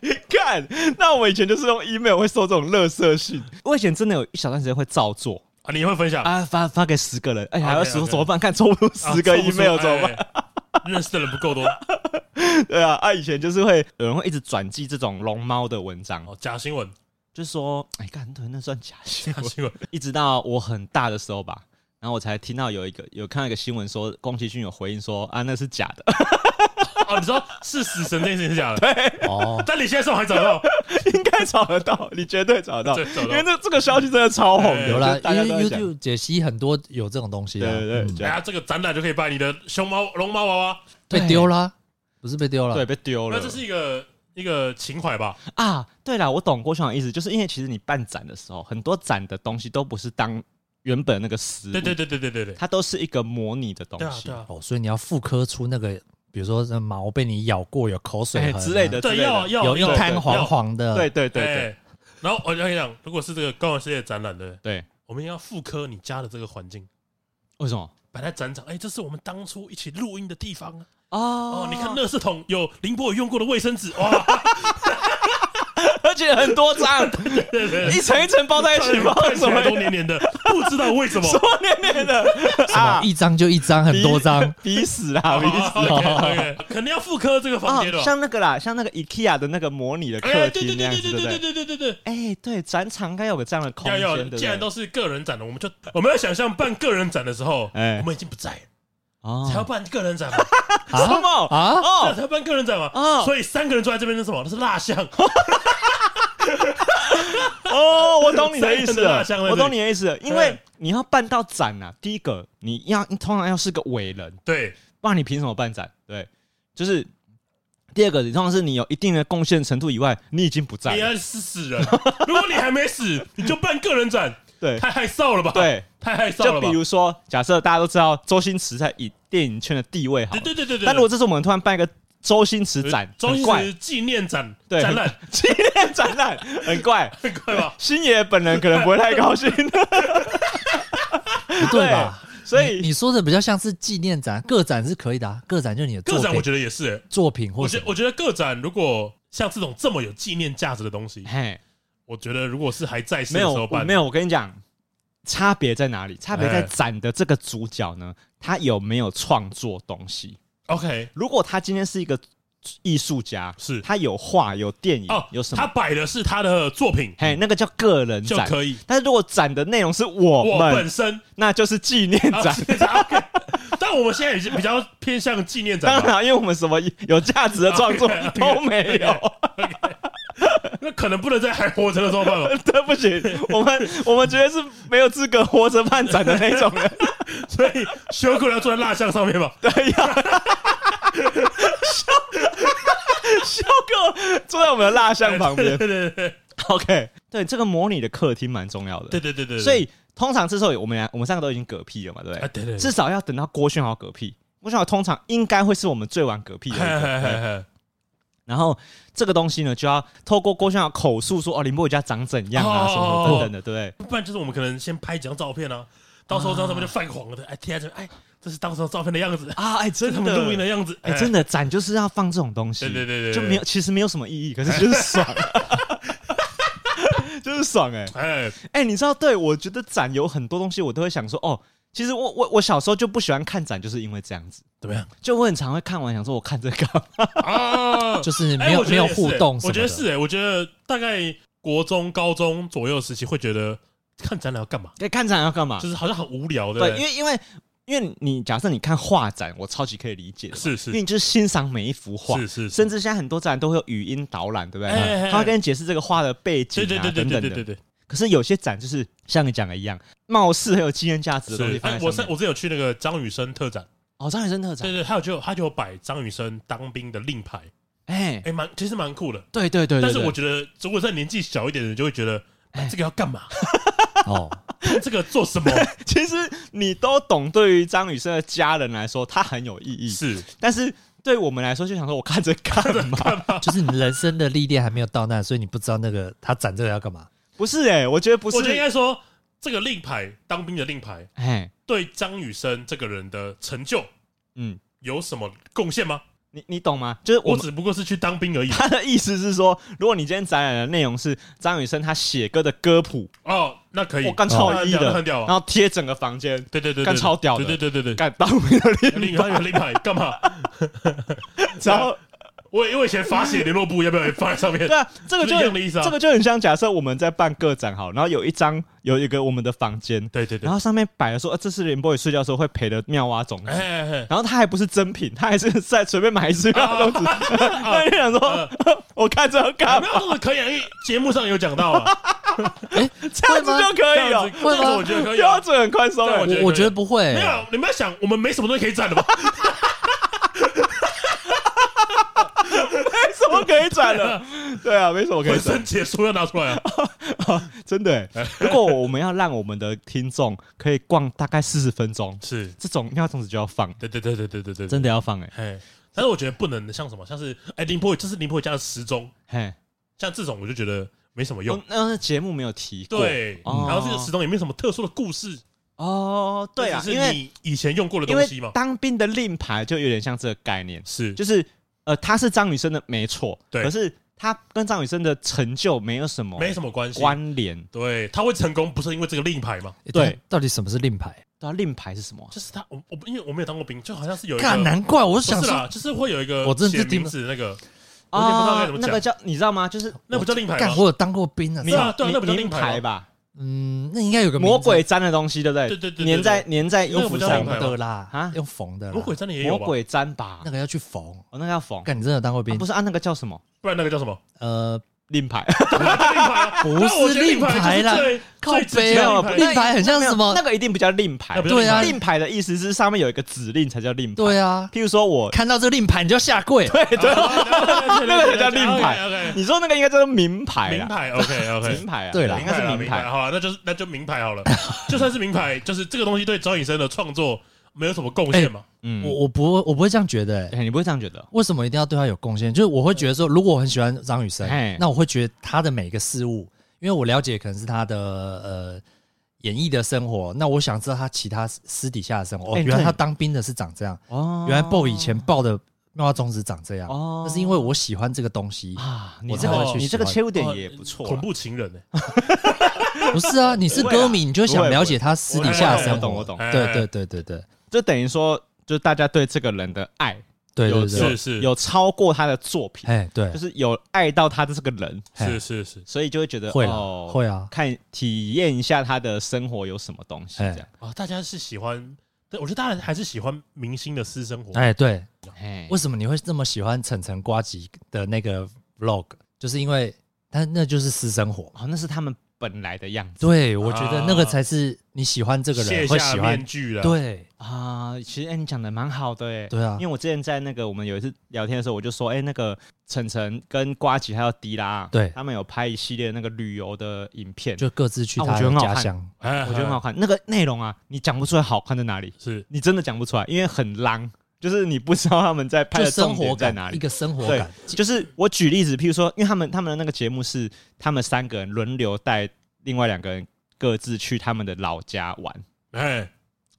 [SPEAKER 2] 对，看，那我以前就是用 email 会收这种垃圾信，我以前真的有一小段时间会照做。
[SPEAKER 1] 啊，你会分享？
[SPEAKER 2] 啊，发发给十个人，哎、还要
[SPEAKER 1] OK，OK
[SPEAKER 2] 说怎么办？看抽不出
[SPEAKER 1] 啊
[SPEAKER 2] 十个 email 怎
[SPEAKER 1] 凑
[SPEAKER 2] 么？
[SPEAKER 1] 不
[SPEAKER 2] 办？
[SPEAKER 1] 出哎认识的人不够多，哎
[SPEAKER 2] 对啊，啊，以前就是会有人会一直转寄这种龙猫的文章，
[SPEAKER 1] 哦，假新闻，
[SPEAKER 2] 就是说，哎、干对，那算假 新
[SPEAKER 1] 假
[SPEAKER 2] 闻。
[SPEAKER 1] 新闻，
[SPEAKER 2] 一直到我很大的时候吧，然后我才听到有一个有看到一个新闻说，宫崎骏有回应说啊，那是假的，
[SPEAKER 1] 哦，你说是死神这件事情是假的，
[SPEAKER 3] 哦，
[SPEAKER 1] 但你现在上还找得到，
[SPEAKER 2] 应该找得到，你绝对找得到，
[SPEAKER 1] 对找得
[SPEAKER 2] 因
[SPEAKER 1] 到
[SPEAKER 2] 为这这个消息真的超红的，
[SPEAKER 1] 哎
[SPEAKER 3] 有啦
[SPEAKER 2] 就，大
[SPEAKER 3] 因
[SPEAKER 2] 家
[SPEAKER 3] 为
[SPEAKER 2] 都在讲
[SPEAKER 3] YouTube 解析很多有这种东西
[SPEAKER 2] 对
[SPEAKER 3] 啊，
[SPEAKER 2] 对对
[SPEAKER 3] 嗯
[SPEAKER 1] 哎
[SPEAKER 2] 对，
[SPEAKER 1] 呀，这个展览就可以把你的熊猫龙猫娃娃，
[SPEAKER 3] 被丢啦，不是被丢
[SPEAKER 2] 对
[SPEAKER 3] 了，啊
[SPEAKER 2] 被丢
[SPEAKER 1] 那
[SPEAKER 2] 了，
[SPEAKER 1] 这是一个一个情怀吧？
[SPEAKER 2] 啊，对了，我懂郭校长的意思，就是因为其实你办展的时候，很多展的东西都不是当原本那个实物，
[SPEAKER 1] 对对对对对对对，
[SPEAKER 2] 它都是一个模拟的东
[SPEAKER 1] 对啊
[SPEAKER 2] 西，
[SPEAKER 1] 对啊，
[SPEAKER 3] 哦，所以你要复刻出那个，比如说这毛被你咬过，有口水
[SPEAKER 2] 哎
[SPEAKER 3] 痕啊
[SPEAKER 2] 之类的，之
[SPEAKER 1] 对
[SPEAKER 2] 类
[SPEAKER 1] 要
[SPEAKER 2] 的，
[SPEAKER 1] 要
[SPEAKER 3] 有一
[SPEAKER 1] 要
[SPEAKER 3] 滩黄，黄
[SPEAKER 2] 对
[SPEAKER 3] 的，
[SPEAKER 2] 对对
[SPEAKER 1] 要
[SPEAKER 2] 对
[SPEAKER 1] 哎然后我就跟你讲，如果是这个高玩世界展览的，
[SPEAKER 2] 对，
[SPEAKER 1] 我们要复刻你家的这个环境。
[SPEAKER 2] 为什么？
[SPEAKER 1] 摆在展场，哎、这是我们当初一起录音的地方啊！哦，
[SPEAKER 2] 哦
[SPEAKER 1] 你看，垃圾桶有林博宇用过的卫生纸，哇，
[SPEAKER 2] 而且很多 张， 一层一层包在一起，包
[SPEAKER 1] 看起
[SPEAKER 2] 什么
[SPEAKER 1] 来都黏黏的，不知道为什么
[SPEAKER 2] 什。么黏黏的
[SPEAKER 3] 什么
[SPEAKER 2] 啊，
[SPEAKER 3] 一张就一张，很多张，
[SPEAKER 2] 鼻屎啦，鼻屎。
[SPEAKER 1] 哦 OK，肯定要复刻这个房
[SPEAKER 2] 啊
[SPEAKER 1] 间的，吧。
[SPEAKER 2] 像那个啦，像那个 IKEA 的那个模拟的客
[SPEAKER 1] 哎，对对
[SPEAKER 2] 厅那
[SPEAKER 1] 对
[SPEAKER 2] 样子，
[SPEAKER 1] 对
[SPEAKER 2] 对不
[SPEAKER 1] 对
[SPEAKER 2] 对？
[SPEAKER 1] 对对对对对，
[SPEAKER 2] 哎，对，展场应该有个这样的空
[SPEAKER 1] 要
[SPEAKER 2] 间，
[SPEAKER 1] 要
[SPEAKER 2] 对，不对
[SPEAKER 1] 既然都是个人展了，我们就我们要想象办个人展的时候，
[SPEAKER 2] 哎
[SPEAKER 1] 我们已经不在了，
[SPEAKER 2] 哦
[SPEAKER 1] 才要办个人展嘛，
[SPEAKER 2] 什么
[SPEAKER 3] 啊
[SPEAKER 1] 这
[SPEAKER 2] 哦
[SPEAKER 1] 样才要办个人展嘛
[SPEAKER 2] 哦，
[SPEAKER 1] 所以三个人坐在这边是什么？那是蜡像，
[SPEAKER 2] 哦，我懂你的意思了
[SPEAKER 1] 三个大象在这，里
[SPEAKER 2] 我懂你的意思了，因为
[SPEAKER 1] 对
[SPEAKER 2] 你要办到展啊，第一个你要你通常要是个伟人，
[SPEAKER 1] 对，
[SPEAKER 2] 不然你凭什么办展？对，就是第二个，你通常是你有一定的贡献程度以外，你已经不在
[SPEAKER 1] 你
[SPEAKER 2] 了。
[SPEAKER 1] 要是死人，如果你还没死， 你就办个人展，
[SPEAKER 2] 对
[SPEAKER 1] 太害臊了吧？，
[SPEAKER 2] 对，
[SPEAKER 1] 太害臊
[SPEAKER 2] 就
[SPEAKER 1] 了吧
[SPEAKER 2] 比？如说，假设大家都知道周星驰在影电影圈的地位好
[SPEAKER 1] 对
[SPEAKER 2] 了，
[SPEAKER 1] 对对对对。
[SPEAKER 2] 但如果这次我们突然办一个周星驰展，
[SPEAKER 1] 周
[SPEAKER 2] 很
[SPEAKER 1] 星
[SPEAKER 2] 怪
[SPEAKER 1] 驰纪念展
[SPEAKER 2] 对
[SPEAKER 1] 展览，
[SPEAKER 2] 纪念展览，很怪。
[SPEAKER 1] 很快吧？
[SPEAKER 2] 星爷本人可能不会太 高兴，
[SPEAKER 3] 不对吧？
[SPEAKER 2] 所以
[SPEAKER 3] 你说的比较像是纪念展，个展是可以的、啊，个展就是你的作
[SPEAKER 1] 个
[SPEAKER 3] 品，
[SPEAKER 1] 展我觉得也是、欸，
[SPEAKER 3] 作品或
[SPEAKER 1] 我觉
[SPEAKER 3] 者
[SPEAKER 1] 得我觉得个展如果像这种这么有纪念价值的东西，
[SPEAKER 2] 嘿，
[SPEAKER 1] 我觉得如果是还在世
[SPEAKER 2] 没
[SPEAKER 1] 的时
[SPEAKER 2] 有
[SPEAKER 1] 候
[SPEAKER 2] 我
[SPEAKER 1] 办，
[SPEAKER 2] 没有，我跟你讲，差别在哪里？差别在
[SPEAKER 1] 哎
[SPEAKER 2] 展的这个主角呢，他有没有创作东西？
[SPEAKER 1] OK
[SPEAKER 2] 如果他今天是一个艺术家，
[SPEAKER 1] 是
[SPEAKER 2] 他有画、有电影、
[SPEAKER 1] 哦，
[SPEAKER 2] 有什
[SPEAKER 1] 他
[SPEAKER 2] 么，
[SPEAKER 1] 摆的是他的作品
[SPEAKER 2] 嘿，那个叫个人
[SPEAKER 1] 就
[SPEAKER 2] 展。
[SPEAKER 1] 可以，
[SPEAKER 2] 但是如果展的内容是我
[SPEAKER 1] 我
[SPEAKER 2] 们，
[SPEAKER 1] 本身
[SPEAKER 2] 那就是纪念
[SPEAKER 1] 啊
[SPEAKER 2] 展。
[SPEAKER 1] 是 OK，但我们现在已经比较偏向纪念展
[SPEAKER 2] 当
[SPEAKER 1] 吧，
[SPEAKER 2] 然，因为我们什么有价值的创作
[SPEAKER 1] OK，OK，
[SPEAKER 2] 都没有，
[SPEAKER 1] 啊那可能不能在还活着的时候 办吧， 哦
[SPEAKER 2] 对不起，我们我们绝对是没有资格活着办展的那种人。
[SPEAKER 1] 所以修哥要坐在蜡像上面吧，
[SPEAKER 2] 对呀，笑笑哥坐 在我们的蜡像旁 边。
[SPEAKER 1] 对对对
[SPEAKER 2] OK，对这个模拟的客厅蛮重要的。
[SPEAKER 1] 对对对对对，
[SPEAKER 2] 所以通常这时候我们俩我们三个都已经嗝屁了嘛，对不
[SPEAKER 1] 啊
[SPEAKER 2] 对？
[SPEAKER 1] 对对对
[SPEAKER 2] 至少要等到郭轩豪嗝屁。郭轩豪通常应该会是我们最晚嗝屁的一
[SPEAKER 1] 嘿
[SPEAKER 2] 个
[SPEAKER 1] 嘿嘿
[SPEAKER 2] 对。
[SPEAKER 1] 嘿
[SPEAKER 2] 然后这个东西呢，就要透过郭轩豪口述说哦，林波瑜家长怎样啊，
[SPEAKER 1] 哦
[SPEAKER 2] 什么等等的，对不对？
[SPEAKER 1] 不然就是我们可能先拍几张照片啊，到时候这张照片就泛黄了，对哎贴在这，哎，这是当时照片的样子，
[SPEAKER 2] 啊，哎，
[SPEAKER 1] 这是他
[SPEAKER 2] 真
[SPEAKER 1] 们
[SPEAKER 2] 的
[SPEAKER 1] 录音的样子，
[SPEAKER 2] 哎，真的展就是要放这种东西，
[SPEAKER 1] 对对对对对
[SPEAKER 2] 就没有其实没有什么意义，可是就是爽， 就是爽哎、
[SPEAKER 1] 哎，
[SPEAKER 2] 哎、你知道，对我觉得展有很多东西，我都会想说，哦，其实我我我小时候就不喜欢看展，就是因为这样子，
[SPEAKER 1] 怎么样
[SPEAKER 2] 就我很常会看完想说，我看这个干嘛
[SPEAKER 1] 啊？
[SPEAKER 3] 就是
[SPEAKER 1] 哎
[SPEAKER 3] 没有、
[SPEAKER 1] 我觉得
[SPEAKER 3] 没有
[SPEAKER 1] 也是
[SPEAKER 3] 互
[SPEAKER 1] 哎
[SPEAKER 3] 动什
[SPEAKER 1] 我
[SPEAKER 3] 么
[SPEAKER 1] 觉
[SPEAKER 3] 的。
[SPEAKER 1] 得是哎，我觉得大概国中、高中左右时期会觉得看展览要干嘛，
[SPEAKER 2] 对，看展要干
[SPEAKER 3] 啊
[SPEAKER 2] 嘛？
[SPEAKER 1] 就是好像很无聊的，
[SPEAKER 2] 对，因为因为因为你假设你看画展，我超级可以理解的嘛，
[SPEAKER 1] 是
[SPEAKER 2] 因
[SPEAKER 1] 是
[SPEAKER 2] 为你就是欣赏每一幅画，
[SPEAKER 1] 是是，
[SPEAKER 2] 甚
[SPEAKER 1] 至
[SPEAKER 2] 至现在很多展都会有语音导览，对不
[SPEAKER 1] 哎哎
[SPEAKER 2] 对？
[SPEAKER 1] 哎
[SPEAKER 2] 他会跟你解释这个画的背景
[SPEAKER 1] 对对
[SPEAKER 2] 啊
[SPEAKER 1] 对对
[SPEAKER 2] 等
[SPEAKER 1] 对对
[SPEAKER 2] 等
[SPEAKER 1] 对
[SPEAKER 2] 的。
[SPEAKER 1] 对，
[SPEAKER 2] 可是有些展就是像你讲的一样，貌似很有纪念价值的东西
[SPEAKER 1] 是。
[SPEAKER 2] 放
[SPEAKER 1] 哎
[SPEAKER 2] 在
[SPEAKER 1] 我是
[SPEAKER 2] 上面。
[SPEAKER 1] 我之前有去那个张雨生特展，
[SPEAKER 2] 哦，张雨生特
[SPEAKER 1] 对
[SPEAKER 2] 展，
[SPEAKER 1] 对，还有就他就有摆张雨生当兵的令牌，
[SPEAKER 2] 哎，
[SPEAKER 1] 哎，蛮其实蛮酷的。
[SPEAKER 2] 对对对对，
[SPEAKER 1] 但是
[SPEAKER 2] 对
[SPEAKER 1] 我觉得，如果在年纪小一点的人，就会觉得
[SPEAKER 2] 哎
[SPEAKER 1] 这个要干嘛？
[SPEAKER 3] 哦，
[SPEAKER 1] 这个做 什么？
[SPEAKER 2] 其实你都懂，对于张雨生的家人来说，他很有意义。
[SPEAKER 1] 是
[SPEAKER 2] 但是对我们来说，就想说我看着干 嘛？
[SPEAKER 3] 就是你人生的历练还没有到那，所以你不知道那个他展这个要 干嘛。
[SPEAKER 2] 不是哎、我觉得不
[SPEAKER 1] 我觉得应
[SPEAKER 2] 是。
[SPEAKER 1] 该说，这个令牌当兵的令牌
[SPEAKER 2] 哎，
[SPEAKER 1] 对张雨生这个人的成就
[SPEAKER 2] 嗯，
[SPEAKER 1] 有什么贡献吗？
[SPEAKER 2] 你你懂吗？就是
[SPEAKER 1] 我
[SPEAKER 2] 我们
[SPEAKER 1] 只不过是去当兵而已。
[SPEAKER 2] 他的意思是说，如果你今天展览的内容是张雨生他写歌的歌谱，
[SPEAKER 1] 哦，那可以，
[SPEAKER 2] 我干超有意义
[SPEAKER 1] 那
[SPEAKER 2] 的
[SPEAKER 1] 很，屌
[SPEAKER 2] 然
[SPEAKER 1] 啊！
[SPEAKER 2] 后贴整个房间，
[SPEAKER 1] 对对对，对
[SPEAKER 2] 干超屌的
[SPEAKER 1] 对对对对对。
[SPEAKER 2] 干当没有
[SPEAKER 1] 令
[SPEAKER 2] 力，
[SPEAKER 1] 牌有令牌干嘛？
[SPEAKER 2] 然后
[SPEAKER 1] 我我以前罚写联络簿，要不要也放在上 面
[SPEAKER 2] 对？啊，这个
[SPEAKER 1] 是一样的意
[SPEAKER 2] 就
[SPEAKER 1] 思啊
[SPEAKER 2] 这个就很像假设我们在办个展好，然后有一张有一个我们的房间，
[SPEAKER 1] 对对对
[SPEAKER 2] 然。后上面摆了说，呃这是林波宇睡觉的时候会陪的妙蛙种子
[SPEAKER 1] 哎，哎
[SPEAKER 2] 然后他还不是真品，他还是在随便买一次药的东 西。
[SPEAKER 1] 啊
[SPEAKER 2] 那你想说， 我看这要
[SPEAKER 1] 哎，
[SPEAKER 2] 干
[SPEAKER 1] 没
[SPEAKER 2] 嘛？
[SPEAKER 1] 有这个可以啊，因为节目上有讲到啊，
[SPEAKER 2] 这样子就可
[SPEAKER 1] 这
[SPEAKER 2] 以
[SPEAKER 1] 样
[SPEAKER 2] 哦
[SPEAKER 1] 子，
[SPEAKER 3] 会吗
[SPEAKER 1] 这样子我觉得可以啊。
[SPEAKER 2] 标准很宽松
[SPEAKER 1] 对我
[SPEAKER 2] 哎
[SPEAKER 1] 觉。得
[SPEAKER 3] 我我
[SPEAKER 1] 可以
[SPEAKER 3] 觉得不会、
[SPEAKER 1] 没有，你们要想，我们没什么东西可以展的吧？
[SPEAKER 2] 没什么可以 转的，对啊，没什么可以
[SPEAKER 1] 人
[SPEAKER 2] 转
[SPEAKER 1] 生，结束要拿出来 啊！
[SPEAKER 2] 真的 欸。如果我们要让我们的听众可以逛大概四十分钟，
[SPEAKER 1] 是，
[SPEAKER 2] 这种妙种子就要放，
[SPEAKER 1] 对对对对对对对，
[SPEAKER 2] 真的要放哎，
[SPEAKER 1] 哎，但是我觉得不能像什么，像是哎林波，这是林波家的时钟，
[SPEAKER 2] 嘿，
[SPEAKER 1] 像这种我就觉得没什么用
[SPEAKER 2] 有。那节目没有提过，
[SPEAKER 1] 对，
[SPEAKER 2] 哦
[SPEAKER 1] 然后这个时钟也没有什么特殊的故事，
[SPEAKER 2] 哦，对啊，
[SPEAKER 1] 就只
[SPEAKER 2] 因
[SPEAKER 1] 是
[SPEAKER 2] 为
[SPEAKER 1] 你以前用过的
[SPEAKER 2] 因
[SPEAKER 1] 东西
[SPEAKER 2] 为
[SPEAKER 1] 嘛，
[SPEAKER 2] 当兵的令牌就有点像这个概念，
[SPEAKER 1] 是
[SPEAKER 2] 就是呃，他是张雨生的没错，
[SPEAKER 1] 对
[SPEAKER 2] 可是他跟张雨生的成就没有什么
[SPEAKER 1] 没什么关系。
[SPEAKER 2] 关联。
[SPEAKER 1] 对，他会成功不是因为这个令牌嘛？
[SPEAKER 3] 欸
[SPEAKER 2] 对，
[SPEAKER 3] 但到底什么是令牌？
[SPEAKER 2] 对啊，令牌是什么啊？
[SPEAKER 1] 就是他，我我因为我没有当过兵，就好像是有一
[SPEAKER 3] 看，
[SPEAKER 1] 个，
[SPEAKER 3] 难怪我
[SPEAKER 1] 不
[SPEAKER 3] 想
[SPEAKER 1] 是
[SPEAKER 3] 说，
[SPEAKER 1] 啦，就是会有一个
[SPEAKER 3] 我真的
[SPEAKER 1] 写
[SPEAKER 3] 是听
[SPEAKER 1] 名
[SPEAKER 3] 不
[SPEAKER 1] 字那个，我有点不知道该怎么
[SPEAKER 2] 啊哦那个
[SPEAKER 1] 讲，
[SPEAKER 2] 叫你知道吗？就是
[SPEAKER 1] 那不叫令牌
[SPEAKER 3] 干
[SPEAKER 1] 吗
[SPEAKER 3] 我？有当过兵啊，
[SPEAKER 1] 是啊
[SPEAKER 3] 操
[SPEAKER 1] 对那不叫
[SPEAKER 2] 名
[SPEAKER 1] 令牌吗
[SPEAKER 2] 牌吧？
[SPEAKER 3] 嗯，那应该有个名字
[SPEAKER 2] 魔鬼粘的东西，对不对？
[SPEAKER 1] 对对对对
[SPEAKER 2] 粘在粘在衣
[SPEAKER 1] 那个
[SPEAKER 2] 服
[SPEAKER 1] 不叫
[SPEAKER 2] 上
[SPEAKER 1] 令
[SPEAKER 3] 缝
[SPEAKER 1] 牌
[SPEAKER 2] 嘛。
[SPEAKER 1] 吧
[SPEAKER 3] 的啦，
[SPEAKER 2] 啊
[SPEAKER 3] 用缝的啦，
[SPEAKER 1] 魔鬼真的也有
[SPEAKER 2] 魔
[SPEAKER 1] 吧？
[SPEAKER 2] 鬼粘吧
[SPEAKER 3] 那？个要去缝。
[SPEAKER 2] 哦，那个要缝。
[SPEAKER 3] 干，你真的有当过
[SPEAKER 2] 啊
[SPEAKER 3] 兵
[SPEAKER 2] 不？是按那个叫什么？
[SPEAKER 1] 不然那个叫什么？
[SPEAKER 3] 呃，
[SPEAKER 2] 令牌，
[SPEAKER 3] 不是令牌啦
[SPEAKER 1] 啊那我觉得令牌就是最
[SPEAKER 3] 靠
[SPEAKER 1] 最直接
[SPEAKER 3] 背
[SPEAKER 1] 的
[SPEAKER 3] 哦
[SPEAKER 1] 令牌
[SPEAKER 3] 令牌很像什么
[SPEAKER 2] 那个一定不叫令牌
[SPEAKER 1] 那不，叫
[SPEAKER 3] 对啊
[SPEAKER 2] 令牌的意思是上面有一个指令才叫令牌。
[SPEAKER 3] 对啊，
[SPEAKER 2] 譬如说我，
[SPEAKER 3] 看到这个令牌你就要下跪，
[SPEAKER 2] 对对，那个才叫令牌
[SPEAKER 1] 牌，
[SPEAKER 2] 你说那个应该叫做名牌啦，
[SPEAKER 1] 名牌，OK OK，
[SPEAKER 2] 名牌啊，
[SPEAKER 3] 对啦
[SPEAKER 2] 应该是名牌。
[SPEAKER 1] 好了，那就是那就名牌好了， 就算是名牌，就是这个东西对张雨生的创作没有什么贡
[SPEAKER 3] 哎
[SPEAKER 1] 献嘛，
[SPEAKER 2] 嗯，
[SPEAKER 3] 我
[SPEAKER 2] 我
[SPEAKER 3] 我不会我不会这样觉得、欸，
[SPEAKER 2] 你不会这样觉得？
[SPEAKER 3] 为什么一定要对他有贡献？就是我会觉得说，如果我很喜欢张雨生
[SPEAKER 2] 哎，
[SPEAKER 3] 那我会觉得他的每个事物，因为我了解可能是他的呃演艺的生活，那我想知道他其他私私底下的生活。哦，
[SPEAKER 2] 哎
[SPEAKER 3] 原来
[SPEAKER 2] 对
[SPEAKER 3] 他当兵的是长这样，
[SPEAKER 2] 哦
[SPEAKER 3] 原来 BO 以前报的妙蛙种子长这样，
[SPEAKER 2] 哦
[SPEAKER 3] 那是因为我喜欢这个东西。
[SPEAKER 2] 啊，
[SPEAKER 3] 我
[SPEAKER 2] 你这
[SPEAKER 1] 才
[SPEAKER 2] 个
[SPEAKER 1] 会去
[SPEAKER 2] 你这个
[SPEAKER 3] 喜欢
[SPEAKER 2] 切入点也不错啦，
[SPEAKER 1] 恐怖情人呢？欸
[SPEAKER 3] 不是 啊，你是
[SPEAKER 2] 不会啊
[SPEAKER 3] 歌迷，你就想了解他私底下的生活。
[SPEAKER 2] 我懂我懂我
[SPEAKER 1] 懂
[SPEAKER 3] 对对对对对
[SPEAKER 2] 就等于说，就大家对这个人的爱
[SPEAKER 3] 对对对
[SPEAKER 1] 是，是
[SPEAKER 2] 有超过他的作品，
[SPEAKER 3] 哎对
[SPEAKER 2] 就，是有爱到他的这个人，
[SPEAKER 1] 是是是
[SPEAKER 2] 所以就会觉得
[SPEAKER 3] 会啊
[SPEAKER 2] 哦，
[SPEAKER 3] 会啊，
[SPEAKER 2] 看体验一下他的生活有什么东西
[SPEAKER 3] 哎
[SPEAKER 2] 这样。
[SPEAKER 1] 啊，大家是喜欢，对我觉得大家还是喜欢明星的私生活，
[SPEAKER 3] 哎对，
[SPEAKER 2] 哎
[SPEAKER 3] 为什么你会这么喜欢晨晨瓜吉的那个 vlog？就是因为他那就是私生活嘛。
[SPEAKER 2] 哦，那是他们本来的样子
[SPEAKER 3] 对，我觉得那个才是你喜欢这个
[SPEAKER 1] 啊卸
[SPEAKER 3] 人会
[SPEAKER 1] 下
[SPEAKER 3] 喜
[SPEAKER 1] 面
[SPEAKER 3] 欢。
[SPEAKER 1] 具了，
[SPEAKER 3] 对
[SPEAKER 2] 啊。其实哎，你讲的蛮好的哎。
[SPEAKER 3] 对啊
[SPEAKER 2] 因为，我之前在那个我们有一次聊天的时候，我就说，哎、那个晨晨跟瓜吉还有迪拉，
[SPEAKER 3] 对
[SPEAKER 2] 他们有拍一系列那个旅游的影片，
[SPEAKER 3] 就各自去
[SPEAKER 2] 啊我
[SPEAKER 3] 他
[SPEAKER 2] 觉得很
[SPEAKER 3] 的
[SPEAKER 2] 好
[SPEAKER 3] 家
[SPEAKER 2] 看
[SPEAKER 3] 乡。
[SPEAKER 1] 哎，
[SPEAKER 2] 我觉得很好看。那个内容啊，你讲不出来好看在哪里，
[SPEAKER 1] 是
[SPEAKER 2] 你真的讲不出来，因为很浪，就是你不知道他们在拍
[SPEAKER 3] 就
[SPEAKER 2] 的
[SPEAKER 3] 生
[SPEAKER 2] 重
[SPEAKER 3] 活
[SPEAKER 2] 点在
[SPEAKER 3] 感
[SPEAKER 2] 哪
[SPEAKER 3] 一
[SPEAKER 2] 里。
[SPEAKER 3] 个生活
[SPEAKER 2] 对
[SPEAKER 3] 感，
[SPEAKER 2] 就是我举例子，譬如说，因为他们他们的那个节目是他们三个人轮流带另外两个人各自去他们的老家玩。
[SPEAKER 1] 哎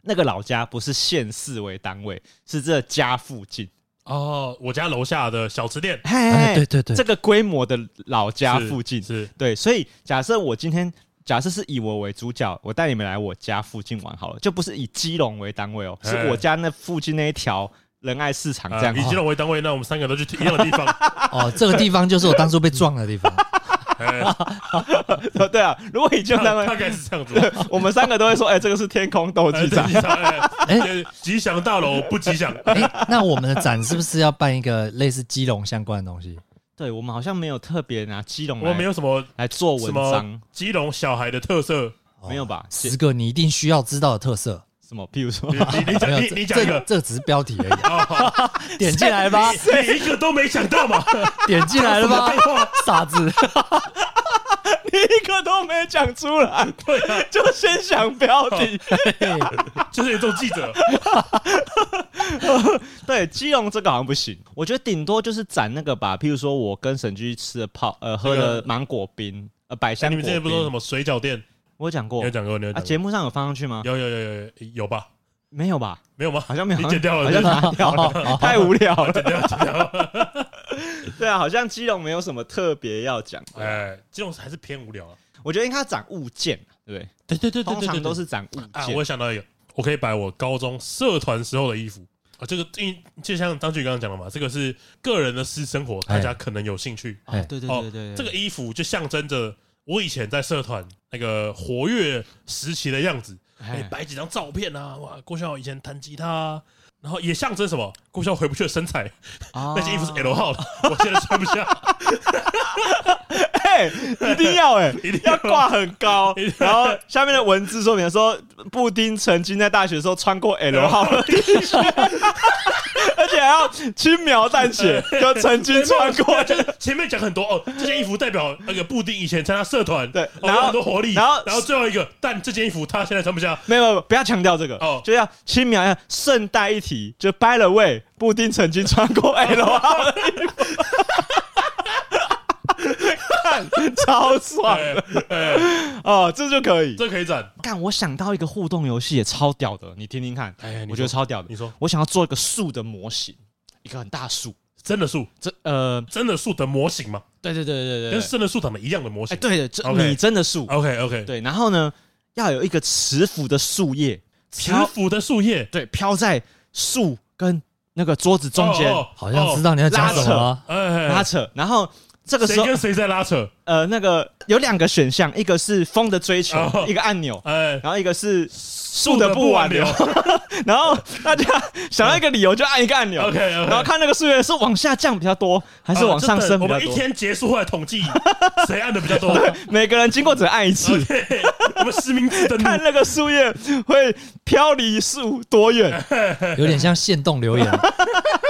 [SPEAKER 2] 那个老家不是县市为单位，是这家附近。
[SPEAKER 1] 哦，我家楼下的小吃店
[SPEAKER 3] 哎，
[SPEAKER 2] 哎
[SPEAKER 3] 对对对，
[SPEAKER 2] 这个规模的老家附近，
[SPEAKER 1] 啊是
[SPEAKER 2] 对，所以假设我今天假设是以我为主角，我带你们来我家附近玩好了，就不是以基隆为单位哦，
[SPEAKER 1] 哎
[SPEAKER 2] 是我家那附近那一条仁爱市场这
[SPEAKER 1] 啊，
[SPEAKER 2] 样
[SPEAKER 1] 以基
[SPEAKER 2] 哦。
[SPEAKER 1] 隆为单位，那我们三个都去一样的地 方，
[SPEAKER 3] 哦，这个地方就是我当初被撞的地方。
[SPEAKER 1] 哎
[SPEAKER 2] 对啊，如果以基隆单
[SPEAKER 1] 大
[SPEAKER 2] 位，
[SPEAKER 1] 概是这样子。
[SPEAKER 2] 我们三个都会说，哎，这个是天空斗
[SPEAKER 1] 哎
[SPEAKER 2] 剧场
[SPEAKER 1] 吉。祥哎，哎吉祥大楼不吉
[SPEAKER 2] 嗯
[SPEAKER 1] 祥，
[SPEAKER 3] 哎，那我们的展是不是要办一个类似基隆相关的东西？
[SPEAKER 2] 对我们好像没有特别拿基隆
[SPEAKER 1] 我没
[SPEAKER 2] 来
[SPEAKER 1] 有什么
[SPEAKER 2] 来做
[SPEAKER 1] 什
[SPEAKER 2] 文
[SPEAKER 1] 么
[SPEAKER 2] 章，
[SPEAKER 1] 基隆小孩的特色。
[SPEAKER 3] 哦
[SPEAKER 2] 没有吧？
[SPEAKER 3] 十个你一定需要知道的特色。
[SPEAKER 2] 什么？譬如说
[SPEAKER 1] 你，你你
[SPEAKER 3] 没有
[SPEAKER 1] 讲你
[SPEAKER 3] 这
[SPEAKER 1] 你讲一
[SPEAKER 3] 这
[SPEAKER 1] 个，
[SPEAKER 3] 这只是标题而已，啊
[SPEAKER 1] 哦
[SPEAKER 3] 点进来吧，
[SPEAKER 1] 你一个都没想到嘛？
[SPEAKER 3] 点进来了吧，傻子。
[SPEAKER 2] 你一个都没讲出来，
[SPEAKER 1] 对啊，
[SPEAKER 2] 就先想标题。
[SPEAKER 1] 就是有这种记 者，
[SPEAKER 2] 对，基隆这个好像不行，我觉得顶多就是展那个吧。譬如说我跟沈居吃的泡，呃，喝
[SPEAKER 1] 那
[SPEAKER 2] 的
[SPEAKER 1] 个
[SPEAKER 2] 芒果冰，呃，百
[SPEAKER 1] 哎
[SPEAKER 2] 香
[SPEAKER 1] 你
[SPEAKER 2] 果
[SPEAKER 1] 们
[SPEAKER 2] 冰。
[SPEAKER 1] 之前不是说什么水饺店？
[SPEAKER 2] 我有讲
[SPEAKER 1] 你
[SPEAKER 2] 过
[SPEAKER 1] 有讲过，你有
[SPEAKER 2] 啊？
[SPEAKER 1] 讲
[SPEAKER 2] 节
[SPEAKER 1] 过，
[SPEAKER 2] 目上有放上去吗？
[SPEAKER 1] 有有有有有有吧？
[SPEAKER 2] 没有吧？
[SPEAKER 1] 没有吗？
[SPEAKER 2] 好像没有，啊
[SPEAKER 1] 你剪掉了哦
[SPEAKER 2] 好像拿掉了，太无聊了。
[SPEAKER 1] 剪掉剪掉。
[SPEAKER 2] 对啊，好像基隆没有什么特别要讲的。
[SPEAKER 1] 哎，这种还是偏无聊啊。
[SPEAKER 2] 我觉得应该展物件，啊对不对？
[SPEAKER 1] 对对对
[SPEAKER 2] 通常都是展物
[SPEAKER 1] 啊，
[SPEAKER 2] 件
[SPEAKER 1] 我。想到一个，我可以摆我高中社团时候的衣服啊。这个因就像张俊刚刚讲的嘛，这个是个人的私生活，大家可能有兴趣。
[SPEAKER 2] 啊对对
[SPEAKER 1] 哦
[SPEAKER 2] 对哎对，
[SPEAKER 1] 这个衣服就象征着我以前在社团那个活跃时期的样子。哎，
[SPEAKER 2] 哎
[SPEAKER 1] 摆几张照片啊！哇，郭笑以前弹吉他啊，然后也象征什么？郭笑回不去的身材，
[SPEAKER 2] 哦
[SPEAKER 1] 那件衣服是 L 号的，我现在穿不下。
[SPEAKER 2] 哎，一定要哎、
[SPEAKER 1] 一定要
[SPEAKER 2] 要挂很高
[SPEAKER 1] 一定，。
[SPEAKER 2] 然后下面的文字说明说，布丁曾经在大学的时候穿过 L 号的 T 恤， 而且还要轻描淡写，就曾经穿过
[SPEAKER 1] 就是 前面讲很多哦，这件衣服代表那个布丁以前参加社团，
[SPEAKER 2] 对
[SPEAKER 1] 哦
[SPEAKER 2] 然后
[SPEAKER 1] 有很多活力，
[SPEAKER 2] 然后
[SPEAKER 1] 然后最后一个，但这件衣服他现在穿不下。
[SPEAKER 2] 没有，没有不要强调这个，
[SPEAKER 1] 哦
[SPEAKER 2] 就要轻描一下，顺带一提，就 by the way，布丁曾经穿 过 L 号的衣服，看超爽
[SPEAKER 1] 哎哎，
[SPEAKER 2] 哦，这就可以。
[SPEAKER 1] 这可以展。
[SPEAKER 2] 干，我想到一个互动游戏也超屌的，你听听看，
[SPEAKER 1] 哎你
[SPEAKER 2] 我觉得
[SPEAKER 1] 说
[SPEAKER 2] 超屌的
[SPEAKER 1] 你。说
[SPEAKER 2] 我想要做一个树的模型，一个很大的树。
[SPEAKER 1] 真的树，
[SPEAKER 2] 这呃，
[SPEAKER 1] 真的树的模型嘛，
[SPEAKER 2] 对对对对
[SPEAKER 1] 跟
[SPEAKER 2] 对对，
[SPEAKER 1] 真的树长得一样的模
[SPEAKER 2] 哎，
[SPEAKER 1] 型。
[SPEAKER 2] 对的，这
[SPEAKER 1] OK
[SPEAKER 2] 拟真的树，
[SPEAKER 1] OK OK，
[SPEAKER 2] 对，然后呢，要有一个持浮的树叶，
[SPEAKER 1] 持
[SPEAKER 2] 飘，
[SPEAKER 1] 斧的树叶
[SPEAKER 2] 对，飘在树跟那个桌子中间
[SPEAKER 1] 哦哦哦
[SPEAKER 3] 好像知道你要讲
[SPEAKER 2] 拉扯
[SPEAKER 3] 什么。啊
[SPEAKER 1] 哎哎，
[SPEAKER 2] 拉
[SPEAKER 1] 哎
[SPEAKER 2] 扯，然后这个时
[SPEAKER 1] 谁
[SPEAKER 2] 候
[SPEAKER 1] 跟谁在拉扯？
[SPEAKER 2] 呃，那个有两个选项，一个是风的追求，
[SPEAKER 1] 哦
[SPEAKER 2] 一个按钮，
[SPEAKER 1] 哎，
[SPEAKER 2] 然后一个是
[SPEAKER 1] 树
[SPEAKER 2] 的不挽留
[SPEAKER 1] 留。
[SPEAKER 2] 然后大家想到一个理由就按一个按钮
[SPEAKER 1] OK，
[SPEAKER 2] 然后看那个数源是往下降比较多，还是往上升
[SPEAKER 1] 呃我
[SPEAKER 2] 比较
[SPEAKER 1] 们一
[SPEAKER 2] 多。
[SPEAKER 1] 天结束后来统计谁按的比较 多。
[SPEAKER 2] 每个人经过只按一次，
[SPEAKER 1] OK，我们实名制登
[SPEAKER 2] 看
[SPEAKER 1] 录。
[SPEAKER 2] 那个树叶会飘离树多远。
[SPEAKER 3] 有点像限动留 言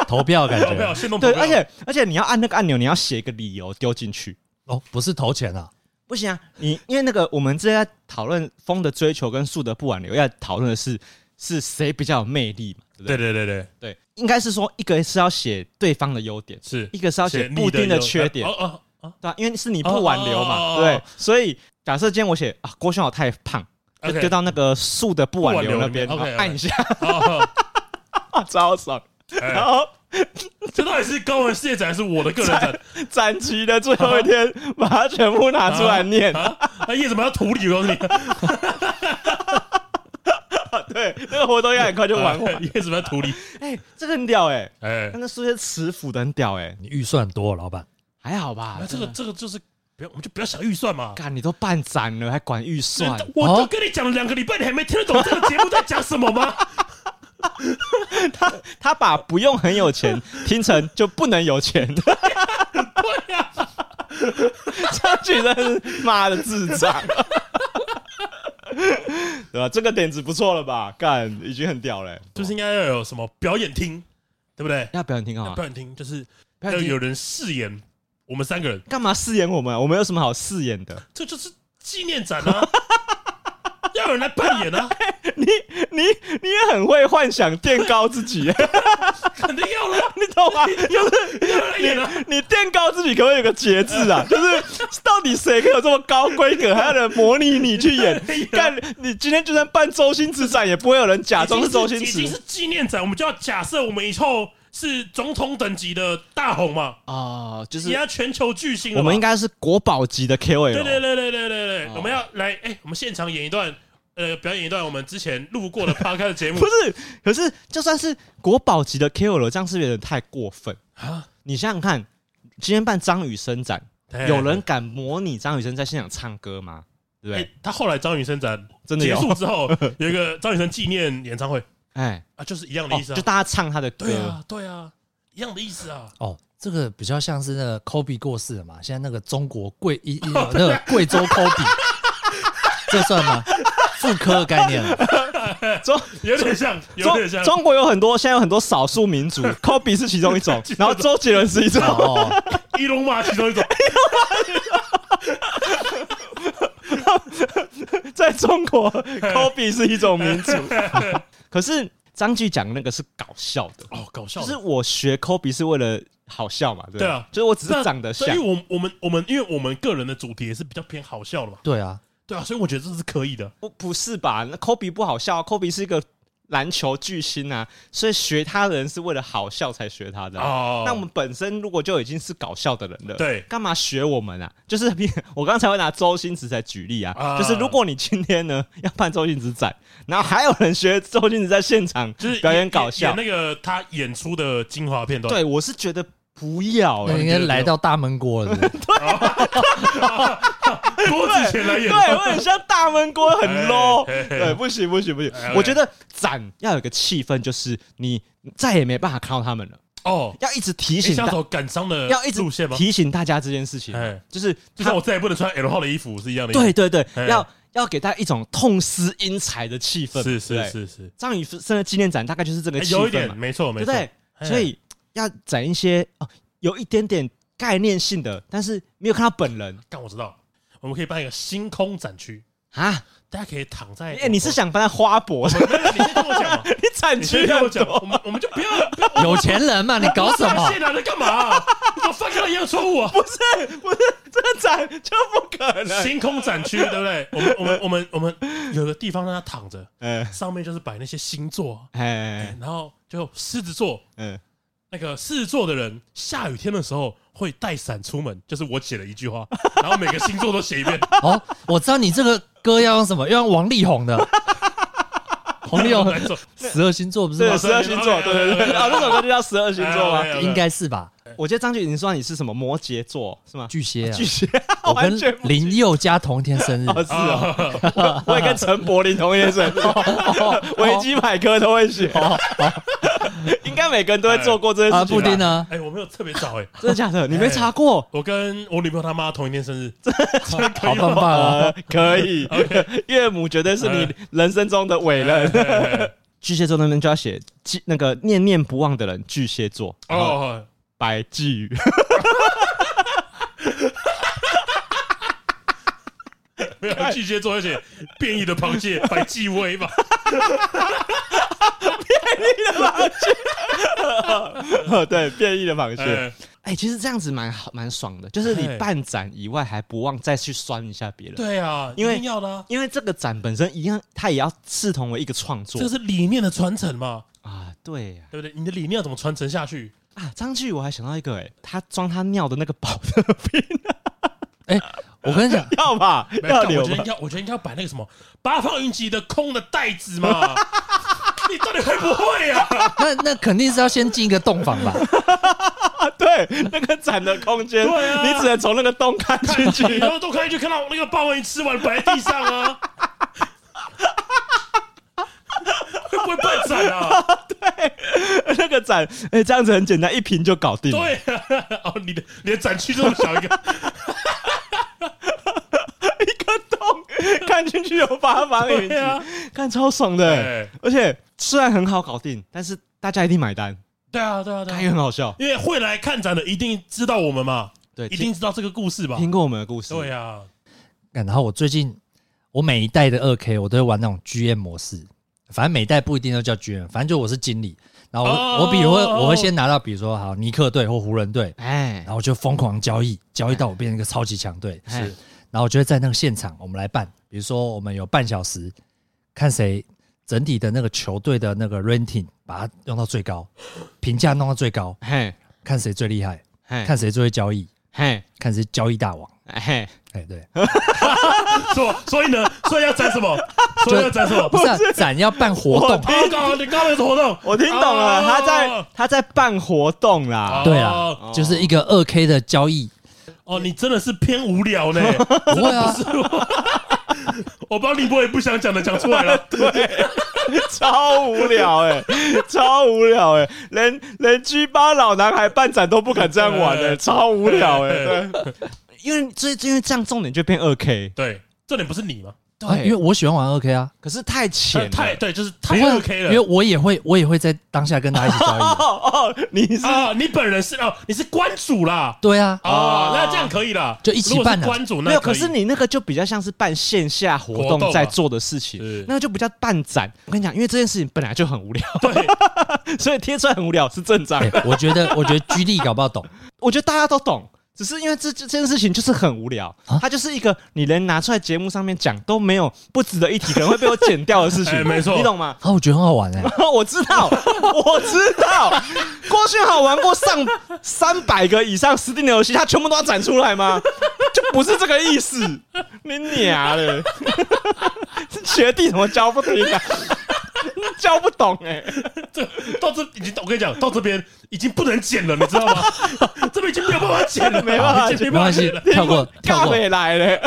[SPEAKER 3] 投票感
[SPEAKER 1] 投票，
[SPEAKER 3] 觉
[SPEAKER 1] 哦先动投
[SPEAKER 2] 对，
[SPEAKER 1] 票
[SPEAKER 2] 而且而且你要按那个按钮，你要写一个理由丢进去。
[SPEAKER 3] 哦，不是投钱啊，
[SPEAKER 2] 不行啊，你因为那个我们这在讨论风的追求跟树的不挽留，要讨论的是是谁比较有魅力嘛，对不对？
[SPEAKER 1] 对对对对，
[SPEAKER 2] 对，应该是说一个是要写对方的优点，
[SPEAKER 1] 是
[SPEAKER 2] 一个是要写
[SPEAKER 1] 你
[SPEAKER 2] 布丁的
[SPEAKER 1] 有
[SPEAKER 2] 缺点
[SPEAKER 1] 哦， 哦哦
[SPEAKER 2] 对、啊，因为是你不挽留
[SPEAKER 1] 哦哦
[SPEAKER 2] 嘛，
[SPEAKER 1] 哦哦
[SPEAKER 2] 对不对，所以假设今天我写啊郭轩豪太胖，就
[SPEAKER 1] OK
[SPEAKER 2] 丢到那个树的不挽留那边，
[SPEAKER 1] 不挽留里面 OK，OK
[SPEAKER 2] 然后按一下，
[SPEAKER 1] 哦，哦
[SPEAKER 2] 超爽。
[SPEAKER 1] 哎
[SPEAKER 2] 然后
[SPEAKER 1] 这到底是高文世界展还是我的个人展？
[SPEAKER 2] 展期的最后一天，把它全部拿出来念，
[SPEAKER 1] 啊！那叶怎么要土里？我告诉你，
[SPEAKER 2] 对，那个活动应该很快就完完。
[SPEAKER 1] 叶怎么要土里？
[SPEAKER 2] 哎，这个很屌哎，
[SPEAKER 1] 哎，
[SPEAKER 2] 那树叶词谱的很屌哎，
[SPEAKER 3] 你预算多，老板。
[SPEAKER 2] 还好吧
[SPEAKER 1] 那？啊这个这个就是不要，我们就不要想预算嘛。
[SPEAKER 2] 干你都办展了，还管预算？
[SPEAKER 1] 我都跟你讲了两个礼拜，你还没听得懂这个节目在讲什么吗？
[SPEAKER 2] 他他把不用很有 钱听成就不能有钱，
[SPEAKER 1] 对呀，
[SPEAKER 2] 这句真是妈的智障，对吧？这个点子不错了吧？干已经很屌了、
[SPEAKER 1] 就是应该要有什么表演厅，对不对？
[SPEAKER 2] 要表演挺好、啊
[SPEAKER 1] 表，演厅就是要
[SPEAKER 2] 表演厅
[SPEAKER 1] 有人饰演我们三个人，
[SPEAKER 2] 干嘛饰演我们、啊？我们有什么好饰演的？
[SPEAKER 1] 这就是纪念展啊， 要有人来扮演 啊，
[SPEAKER 2] 你你你也很会幻想垫高自 己、
[SPEAKER 1] 肯定要啦，
[SPEAKER 2] 你懂吗？就是
[SPEAKER 1] 要有人来演啊。
[SPEAKER 2] 你垫高自己可不可以有个节制 啊？就是到底谁可以有这么高规格，还有人模拟你 去演？干，你今天就算办周星驰展，也不会有人假装是周星
[SPEAKER 1] 已经
[SPEAKER 2] 驰
[SPEAKER 1] 是纪念展，我们就要假设我们以后是总统等级的大红嘛，
[SPEAKER 2] 啊、就
[SPEAKER 1] 也要全球巨星了嘛。
[SPEAKER 2] 我们应该是国宝级的 KOL。
[SPEAKER 1] 对对对对对对对，
[SPEAKER 2] 哦
[SPEAKER 1] 我们要来哎、我们现场演一段，呃，表演一段我们之前录过的 p 开的节目
[SPEAKER 2] 不是，可是就算是国宝级的 KOL，这样是不是有点太过分？
[SPEAKER 1] 啊，
[SPEAKER 2] 你想想看，今天办张雨生展，
[SPEAKER 1] 哎
[SPEAKER 2] 有人敢模拟张雨生在现场唱歌吗？对 不
[SPEAKER 1] 哎、
[SPEAKER 2] 对？
[SPEAKER 1] 他后来张雨生展
[SPEAKER 2] 真的
[SPEAKER 1] 结
[SPEAKER 2] 有，
[SPEAKER 1] 束之 后，有一个张雨生纪念演唱会
[SPEAKER 2] 哎、
[SPEAKER 1] 啊，就是一样的
[SPEAKER 2] 哦
[SPEAKER 1] 意思啊，
[SPEAKER 2] 就大家唱他的歌，
[SPEAKER 1] 对啊，对啊，一样的意思啊，
[SPEAKER 3] 哦，这个比较像是那个 Kobe 过世了嘛，现在那个中国贵一一那个贵州 Kobe，这算吗？妇科概念啊了，
[SPEAKER 2] 中
[SPEAKER 1] 有点像，有点
[SPEAKER 2] 中
[SPEAKER 1] 像，
[SPEAKER 2] 中国有很多，现在有很多少数 民族，Kobe 是其中一种，然后周杰伦是一种，
[SPEAKER 3] 哦，
[SPEAKER 1] 一龙马其中一种，
[SPEAKER 2] 在中国，Kobe 是一种民 族。可是张继讲那个是搞笑的，
[SPEAKER 1] 哦，搞笑
[SPEAKER 2] 就
[SPEAKER 1] 的，
[SPEAKER 2] 是我学 Kobe 是为了好笑嘛，对不
[SPEAKER 1] 对啊
[SPEAKER 2] 就是我只
[SPEAKER 1] 那
[SPEAKER 2] 是长得
[SPEAKER 1] 所
[SPEAKER 2] 像
[SPEAKER 1] 以，我们我们我们因为我们个人的主题也是比较偏好笑的嘛，
[SPEAKER 3] 对啊，
[SPEAKER 1] 对啊，所以我觉得这是可以的，
[SPEAKER 2] 不不是吧？那 Kobe 不好笑、啊、，Kobe 是一个篮球巨星啊，所以学他的人是为了好笑才学他的啊、
[SPEAKER 1] 哦
[SPEAKER 2] 那我们本身如果就已经是搞笑的人了，
[SPEAKER 1] 对
[SPEAKER 2] 干嘛学我们啊？ 就是我刚才会拿周星驰来举例啊，
[SPEAKER 1] 啊
[SPEAKER 2] 就是如果你今天呢要办周星驰展，然后还有人学周星驰在 现场
[SPEAKER 1] 就是
[SPEAKER 2] 表演
[SPEAKER 1] 演
[SPEAKER 2] 搞笑
[SPEAKER 1] 演，那个他演出的精华片段，
[SPEAKER 2] 对我是觉得不要、
[SPEAKER 3] 那
[SPEAKER 2] 欸，
[SPEAKER 3] 应该来到大闷锅了是不是
[SPEAKER 1] 郭子乾来演
[SPEAKER 2] 对，
[SPEAKER 1] 的，
[SPEAKER 2] 我很像大闷锅，很
[SPEAKER 1] 哎
[SPEAKER 2] low，
[SPEAKER 1] 哎哎
[SPEAKER 2] 对，不行不行不行
[SPEAKER 1] 哎，
[SPEAKER 2] 我觉得展要有个气氛，就是你再也没办法看到他们了，
[SPEAKER 1] 哦，
[SPEAKER 2] 要一直提
[SPEAKER 1] 你
[SPEAKER 2] 醒
[SPEAKER 1] 想
[SPEAKER 2] 大，
[SPEAKER 1] 走感伤的
[SPEAKER 2] 要一直
[SPEAKER 1] 路线吗？
[SPEAKER 2] 提醒大家这件事情啊
[SPEAKER 1] 哎，
[SPEAKER 2] 就是
[SPEAKER 1] 就像
[SPEAKER 2] 他
[SPEAKER 1] 我，再也不能穿 L 号的衣服是一样的意
[SPEAKER 2] 对
[SPEAKER 1] 思，
[SPEAKER 2] 对对
[SPEAKER 1] 哎，
[SPEAKER 2] 要要给大家一种痛失英才的气氛，
[SPEAKER 1] 是
[SPEAKER 2] 对
[SPEAKER 1] 是。
[SPEAKER 2] 对
[SPEAKER 1] 是是，
[SPEAKER 2] 张雨生的纪念展大概就是这个
[SPEAKER 1] 哎
[SPEAKER 2] 气
[SPEAKER 1] 有一
[SPEAKER 2] 氛
[SPEAKER 1] 点
[SPEAKER 2] 嘛，
[SPEAKER 1] 没错没
[SPEAKER 2] 对不
[SPEAKER 1] 错，
[SPEAKER 2] 对？
[SPEAKER 1] 哎
[SPEAKER 2] 所以要展一些哦，有一点点概念性的，但是没有看到本人
[SPEAKER 1] 但我知道，我们可以办一个星空展区，
[SPEAKER 2] 啊。
[SPEAKER 1] 大家可以躺在，
[SPEAKER 2] 哎，你是想搬在 花博？
[SPEAKER 1] 我，没有你先听我讲嘛，
[SPEAKER 2] 你展
[SPEAKER 1] 你
[SPEAKER 2] 区
[SPEAKER 1] 先听我
[SPEAKER 2] 很
[SPEAKER 1] 讲，
[SPEAKER 2] 多
[SPEAKER 1] 我们我们就不要
[SPEAKER 3] 有钱人嘛，你搞 什么
[SPEAKER 1] 现？在在干嘛啊？你怎么犯跟他一样错误啊？
[SPEAKER 2] 不是不是，这个展就不可能。
[SPEAKER 1] 星空展区对不对？我们我们我们我们有个地方让他躺着，
[SPEAKER 2] 嗯
[SPEAKER 1] 上面就是摆那些星座啊，哎
[SPEAKER 2] 哎
[SPEAKER 1] 然后就狮子座，
[SPEAKER 2] 嗯，
[SPEAKER 1] 那个狮子座的人，下雨天的时候会带伞出门，就是我写了一 句话，然后每个星座都写一遍。
[SPEAKER 3] 哦，我知道你这个歌要用什么，要用王力 宏的，王力宏
[SPEAKER 1] 没错
[SPEAKER 3] 十二星座不是
[SPEAKER 2] 对，
[SPEAKER 3] 吗？
[SPEAKER 2] 十二星座，对对对，啊，那首歌就叫十二星座吗？
[SPEAKER 1] 哎
[SPEAKER 3] 应该是吧？
[SPEAKER 2] 我记得张杰，你说你是什么摩羯座是吗？
[SPEAKER 3] 巨蟹啊，
[SPEAKER 2] 巨蟹，
[SPEAKER 3] 我
[SPEAKER 2] 完
[SPEAKER 3] 跟
[SPEAKER 2] 全不
[SPEAKER 3] 林宥嘉同一天 生日，
[SPEAKER 2] 哦是哦，
[SPEAKER 1] 啊，
[SPEAKER 2] 我我也跟陈柏霖同一天生 日，
[SPEAKER 3] 哦
[SPEAKER 2] 维基百科都会写， 应该每个人都会做过这件
[SPEAKER 3] 啊，
[SPEAKER 2] 事情吧。
[SPEAKER 3] 布丁呢？
[SPEAKER 1] 哎，我没有特别早哎，
[SPEAKER 2] 真的假 的？你没查过？
[SPEAKER 1] 我跟我女朋友她妈同一天生 日，
[SPEAKER 3] 好棒棒啊！
[SPEAKER 2] 呃，可以，岳母绝对是你人生中的伟人。
[SPEAKER 1] 哎
[SPEAKER 2] 巨蟹座那边就要写记那个念念不忘的人，巨蟹座哦，
[SPEAKER 1] 哦，
[SPEAKER 2] 白鲫鱼，
[SPEAKER 1] 没有巨蟹座，而且变异的螃 蟹白纪威吧，
[SPEAKER 2] 对，变异的螃蟹。
[SPEAKER 1] 哎
[SPEAKER 2] 哎，其实这样子蛮好，蛮爽的，就是你
[SPEAKER 1] 哎
[SPEAKER 2] 办展以外还不忘再去酸一下别人，
[SPEAKER 1] 对啊，
[SPEAKER 2] 因为
[SPEAKER 1] 一定要的啊，
[SPEAKER 2] 因为这个展本身一样，它也要视同为一个创作
[SPEAKER 1] 这个是理念的传承嘛，
[SPEAKER 2] 啊。对呀，
[SPEAKER 1] 对不对？你的理念要怎么传承下去？
[SPEAKER 2] 啊，张继宇，我还想到一个，哎，他装他尿的 那个保特瓶，
[SPEAKER 3] 哎我跟你讲，
[SPEAKER 2] 要吧，
[SPEAKER 1] 没有
[SPEAKER 2] 要
[SPEAKER 1] 干我
[SPEAKER 2] 留
[SPEAKER 1] 觉得应
[SPEAKER 2] 吧。
[SPEAKER 1] 该，我觉得应该要摆那个什么八方云集的空的袋子 嘛。你到底会不会啊？
[SPEAKER 3] 那那肯定是要先进一个洞房吧？
[SPEAKER 2] 啊，对，那个展的空间，
[SPEAKER 1] 对啊
[SPEAKER 2] 你只能从那个洞看进去。
[SPEAKER 1] 然后都看一去看到那个鲍鱼吃完摆在地上啊，会不会办展 啊？
[SPEAKER 2] 那个展，哎、这样子很简单，一瓶就搞定了。
[SPEAKER 1] 对 啊，哦，你的你的展区这么小一个，
[SPEAKER 2] 一个洞，看进去有八方云集，
[SPEAKER 1] 啊对啊
[SPEAKER 2] 看超爽的、
[SPEAKER 1] 哎
[SPEAKER 2] 而且虽然很好搞定，但是大家一定买单，
[SPEAKER 1] 对啊，对啊，对
[SPEAKER 2] 它
[SPEAKER 1] 啊
[SPEAKER 2] 也，很好笑。
[SPEAKER 1] 因为会来看展的一定知道我们嘛，
[SPEAKER 2] 对，
[SPEAKER 1] 一定知道这个故事吧
[SPEAKER 2] 听？听过我们的故事。
[SPEAKER 1] 对啊，
[SPEAKER 3] 干哎然后我最近我每一代的二 K 我都会玩那种 GM 模式，反正每一代不一定都叫 GM，反正就我是经理。然后我、
[SPEAKER 1] 哦
[SPEAKER 3] 我比如会我会先拿到，比如说好尼克队或湖人队，
[SPEAKER 2] 哎
[SPEAKER 3] 然后就疯狂交易，交易到我变成一个超级强队。
[SPEAKER 2] 哎
[SPEAKER 3] 是，然后我就会在那个现场我们来办，比如说我们有半小时，看谁整体的那个球队的那个 rating 把它用到最高，评价弄到最高，
[SPEAKER 2] 哎嘿
[SPEAKER 3] 看谁最厉害，
[SPEAKER 2] 嘿
[SPEAKER 3] 看谁最会交易，
[SPEAKER 2] 嘿
[SPEAKER 3] 看谁交易大王。
[SPEAKER 2] 嘿，
[SPEAKER 3] 哎， 对，
[SPEAKER 1] 所所以呢，所以要展什 么？所以要展什么？
[SPEAKER 3] 不是啊展要办活动，
[SPEAKER 1] 哦，搞你搞了什么活动？
[SPEAKER 2] 我听懂了，
[SPEAKER 1] 哦
[SPEAKER 2] 他在他在办活动啦。
[SPEAKER 3] 对
[SPEAKER 1] 哦
[SPEAKER 3] 啊，就是一个二 K 的交易，
[SPEAKER 1] 哦，你真的是偏无聊 呢。
[SPEAKER 3] 不会啊，
[SPEAKER 1] 我帮林波也不想讲的讲出来 了。
[SPEAKER 2] 超无聊哎、超无聊哎、连连 G 八老男孩办展都不敢这样玩哎、
[SPEAKER 1] 哎
[SPEAKER 2] 超无聊哎、
[SPEAKER 1] 哎
[SPEAKER 2] 对，因为这因为这样重点就变二 K，
[SPEAKER 1] 对，重点不是你吗？
[SPEAKER 3] 啊因为我喜欢玩二 K 啊，
[SPEAKER 2] 可是太浅了，
[SPEAKER 1] 太对，就是
[SPEAKER 3] 不
[SPEAKER 1] 太
[SPEAKER 3] 会啊
[SPEAKER 1] OK
[SPEAKER 3] 因为
[SPEAKER 1] 了。
[SPEAKER 3] 我也会，我也会在当下跟大家一起交 易。
[SPEAKER 2] 哦哦，你是
[SPEAKER 1] 啊，你本人是哦，你是关主啦。
[SPEAKER 3] 对啊，
[SPEAKER 1] 啊，那这样可以啦，
[SPEAKER 3] 就一起
[SPEAKER 1] 如果是
[SPEAKER 3] 办啊
[SPEAKER 1] 关主
[SPEAKER 2] 没
[SPEAKER 1] 那
[SPEAKER 2] 有，可是你那个就比较像是办线下活
[SPEAKER 1] 活动
[SPEAKER 2] 动
[SPEAKER 1] 啊
[SPEAKER 2] 在做的事情
[SPEAKER 1] 是，
[SPEAKER 2] 那就不叫办展。我跟你讲，因为这件事情本来就很无聊，
[SPEAKER 1] 对，
[SPEAKER 2] 所以贴出来很无聊是正常
[SPEAKER 3] 哎。我觉得，我觉得 G D 搞不好懂，
[SPEAKER 2] 我觉得大家都懂，只是因为这这这件事情就是很无聊，
[SPEAKER 3] 啊
[SPEAKER 2] 它就是一个你连拿出来节目上面讲都没有不值得一提，可能会被我剪掉的事情。
[SPEAKER 1] 哎没错
[SPEAKER 2] 你懂吗？
[SPEAKER 3] 啊，我觉得很好玩哎。
[SPEAKER 2] 我知道， 我知道，郭勋豪玩过上三百个以上实定的游戏，他全部都要展出来吗？就不是这个意思，你娘的， 学弟怎么教不听啊？ 教不懂哎、
[SPEAKER 1] 这到这已经我跟你讲，到这边已经不能剪了，你知道 吗？这边已经没有办法剪了，
[SPEAKER 2] 没办法
[SPEAKER 1] 已经
[SPEAKER 2] 剪
[SPEAKER 1] 没
[SPEAKER 3] 没
[SPEAKER 1] 办法
[SPEAKER 3] 关系
[SPEAKER 1] 剪了，，
[SPEAKER 3] 跳过，跳
[SPEAKER 2] 尬
[SPEAKER 3] 过。
[SPEAKER 2] 美来了。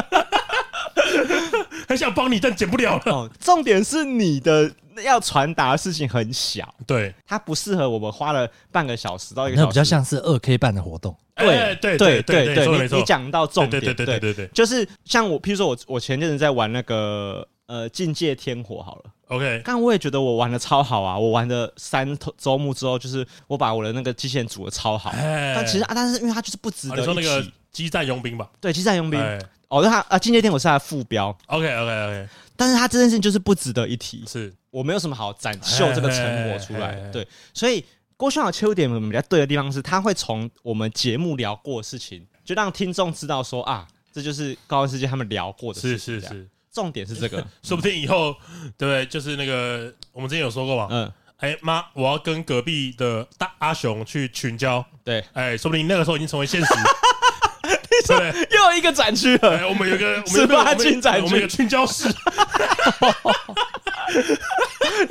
[SPEAKER 1] 很想帮你，但剪不了了。
[SPEAKER 2] 哦，重点是你的要传达的事情很小，
[SPEAKER 1] 对，
[SPEAKER 2] 它不适合我们花了半个小时到一个小
[SPEAKER 3] 那
[SPEAKER 2] 时，
[SPEAKER 3] 比较像是二 K 办的活动，
[SPEAKER 1] 哎
[SPEAKER 2] 对
[SPEAKER 1] 对
[SPEAKER 2] 对
[SPEAKER 1] 对对，说得没
[SPEAKER 2] 你
[SPEAKER 1] 错
[SPEAKER 2] 你，讲到重点，
[SPEAKER 1] 对对对对对对
[SPEAKER 2] 就是像我，譬如说我我前阵子在玩那个呃《境界天火》好了，
[SPEAKER 1] OK，
[SPEAKER 2] 刚我也觉得我玩的超好啊，我玩的三头周目之后，就是我把我的那个机器人组的超好，
[SPEAKER 1] 哎
[SPEAKER 2] 但其实啊，但是因为它就是不值
[SPEAKER 1] 啊
[SPEAKER 2] 得
[SPEAKER 1] 你说那
[SPEAKER 2] 一
[SPEAKER 1] 个
[SPEAKER 2] 提，
[SPEAKER 1] 激战佣兵吧
[SPEAKER 2] 对，激战佣兵，
[SPEAKER 1] 哎
[SPEAKER 2] 哦，那它啊《境界天火》是它的副标，
[SPEAKER 1] ，OK OK OK，
[SPEAKER 2] 但是它这件事情就是不值得一提，
[SPEAKER 1] 是
[SPEAKER 2] 我没有什么好展秀这个成果出
[SPEAKER 1] 嘿嘿
[SPEAKER 2] 来
[SPEAKER 1] 嘿。嘿
[SPEAKER 2] 对，所以郭轩的切入点我们比较对的地方是，他会从我们节目聊过的事情，就让听众知道说啊，这就是高玩世界他们聊过的事
[SPEAKER 1] 是是
[SPEAKER 2] 情。这样，
[SPEAKER 1] 是，
[SPEAKER 2] 重点是 这个。
[SPEAKER 1] 说不定以后对不对？就是那个我们之前有说过嘛，
[SPEAKER 2] 嗯，
[SPEAKER 1] 哎妈，我要跟隔壁的大阿雄去群交，
[SPEAKER 2] 对，
[SPEAKER 1] 哎，说不定那个时候已经成为现 实。对不对，
[SPEAKER 2] 又一个展区了。
[SPEAKER 1] 哎，我们有一 个，我们
[SPEAKER 2] 十
[SPEAKER 1] 有一个我
[SPEAKER 2] 八
[SPEAKER 1] 们有
[SPEAKER 2] 禁展
[SPEAKER 1] 我们有一个群交室，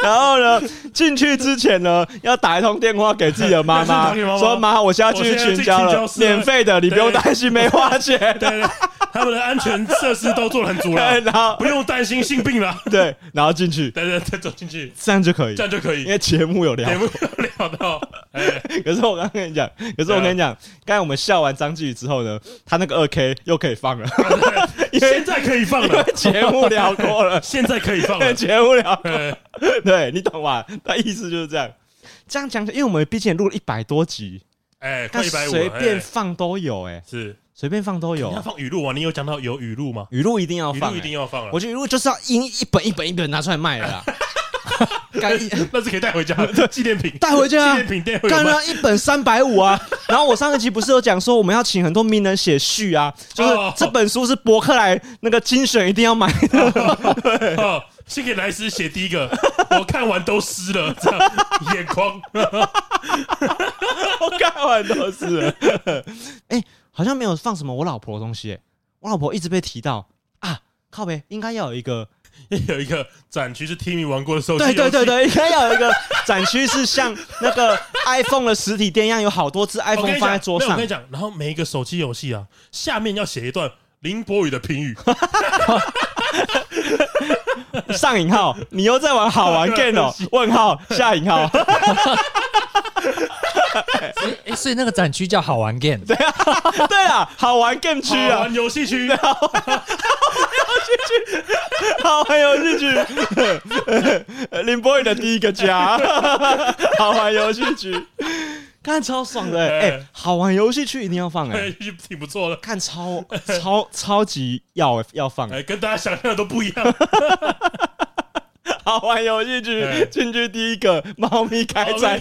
[SPEAKER 2] 然后呢，进去之前呢，要打一通电话给自己的 妈
[SPEAKER 1] 打
[SPEAKER 2] 妈，
[SPEAKER 1] 给妈妈
[SPEAKER 2] 说妈，我现在进去群交
[SPEAKER 1] 我现在进群交
[SPEAKER 2] 了，
[SPEAKER 1] 室了
[SPEAKER 2] 免费的，你不用担心没花钱。
[SPEAKER 1] 对对，对他们的安全设施都做得很足了，
[SPEAKER 2] 然后
[SPEAKER 1] 不用担心性病了。
[SPEAKER 2] 对，然后进去，
[SPEAKER 1] 对对对，走进去，
[SPEAKER 2] 这样就可以
[SPEAKER 1] 这，样就可以
[SPEAKER 2] 因。为节目有聊
[SPEAKER 1] 节。目聊到，哎，
[SPEAKER 2] 可是我刚刚跟你讲，可是我跟你
[SPEAKER 1] 啊
[SPEAKER 2] 讲，刚才我们笑完张继宇之后呢，他那个二 K 又可以 放了， 因为
[SPEAKER 1] 现在可以放
[SPEAKER 2] 因为
[SPEAKER 1] 了，，
[SPEAKER 2] 节目聊过了。
[SPEAKER 1] 现在可以 放了
[SPEAKER 2] 节目聊过，
[SPEAKER 1] 哎
[SPEAKER 2] 对你懂吧？他意思就是这样。这样讲，因为我们毕竟也录了一百多集，
[SPEAKER 1] 哎，
[SPEAKER 2] 那
[SPEAKER 1] 快一百五，
[SPEAKER 2] 随便
[SPEAKER 1] 哎
[SPEAKER 2] 放都有，哎，
[SPEAKER 1] 是
[SPEAKER 2] 随便放都有
[SPEAKER 1] 你要。放语录吗？你有讲到有语录吗？
[SPEAKER 2] 语录一定要
[SPEAKER 1] 语
[SPEAKER 2] 放
[SPEAKER 1] 录，一定
[SPEAKER 2] 欸
[SPEAKER 1] 要放啊了
[SPEAKER 2] 我，觉得语录就是要印一本一本一本拿出来卖的啦。干一
[SPEAKER 1] 那是可以带回 家的纪念品，
[SPEAKER 2] 带回
[SPEAKER 1] 纪
[SPEAKER 2] 家啊
[SPEAKER 1] 念品店会有
[SPEAKER 2] 干
[SPEAKER 1] 卖。
[SPEAKER 2] 啊，一本三百五啊！ 然后我上一集不是有讲说我们要请很多名人写序啊，就是
[SPEAKER 1] 哦
[SPEAKER 2] 这本书是博客来那个精选一定 要买的，
[SPEAKER 1] 哦，先给莱斯写第一个，我看完都湿了，这样眼眶。
[SPEAKER 2] 我看完都是 了。哎，好像没有放什么我老婆的东西、欸，我老婆一直被提到啊，靠呗，应该要有一个，
[SPEAKER 1] 有一个展区是 Timmy 玩过的手机，
[SPEAKER 2] 对对对，对，应该要有一个展区是像那个 iPhone 的实体店一样，有好多只
[SPEAKER 1] 哦我跟
[SPEAKER 2] iPhone
[SPEAKER 1] 你讲
[SPEAKER 2] 放在桌
[SPEAKER 1] 没有我
[SPEAKER 2] 上
[SPEAKER 1] 跟你，讲，然后每一个手机游戏啊，下面要写一段林博宇的评 语，
[SPEAKER 2] 上引号，你又在玩好玩 game 哦？问号下引号。
[SPEAKER 3] 哎，所以那个展区叫 好玩 game，对，
[SPEAKER 2] 对啊，好玩 game 区
[SPEAKER 1] 好
[SPEAKER 2] 啊，
[SPEAKER 1] 玩游戏 区，
[SPEAKER 2] 好玩游戏区，林博宇的第一个家，好玩游戏区，看超爽的欸，哎、
[SPEAKER 1] 哎
[SPEAKER 2] 好玩游戏区一定要放哎、
[SPEAKER 1] 哎，挺不错的。
[SPEAKER 2] 看超超超级要要放，
[SPEAKER 1] 哎，跟大家想象的都不一样。
[SPEAKER 2] 好玩游戏区
[SPEAKER 1] 哎
[SPEAKER 2] 进去第一个猫咪开展，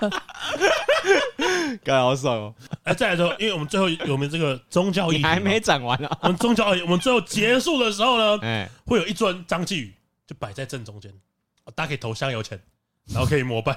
[SPEAKER 2] 干好爽哦！
[SPEAKER 1] 哎，再来说，因为我们最后我们这个宗教议题
[SPEAKER 2] 你
[SPEAKER 1] 嘛
[SPEAKER 2] 还没，展完啊？
[SPEAKER 1] 我们宗教议题，我们最后结束的时候呢，
[SPEAKER 2] 哎，
[SPEAKER 1] 会有一尊张继宇就摆在正中间，哦大家可以投香油钱，然后可以膜拜，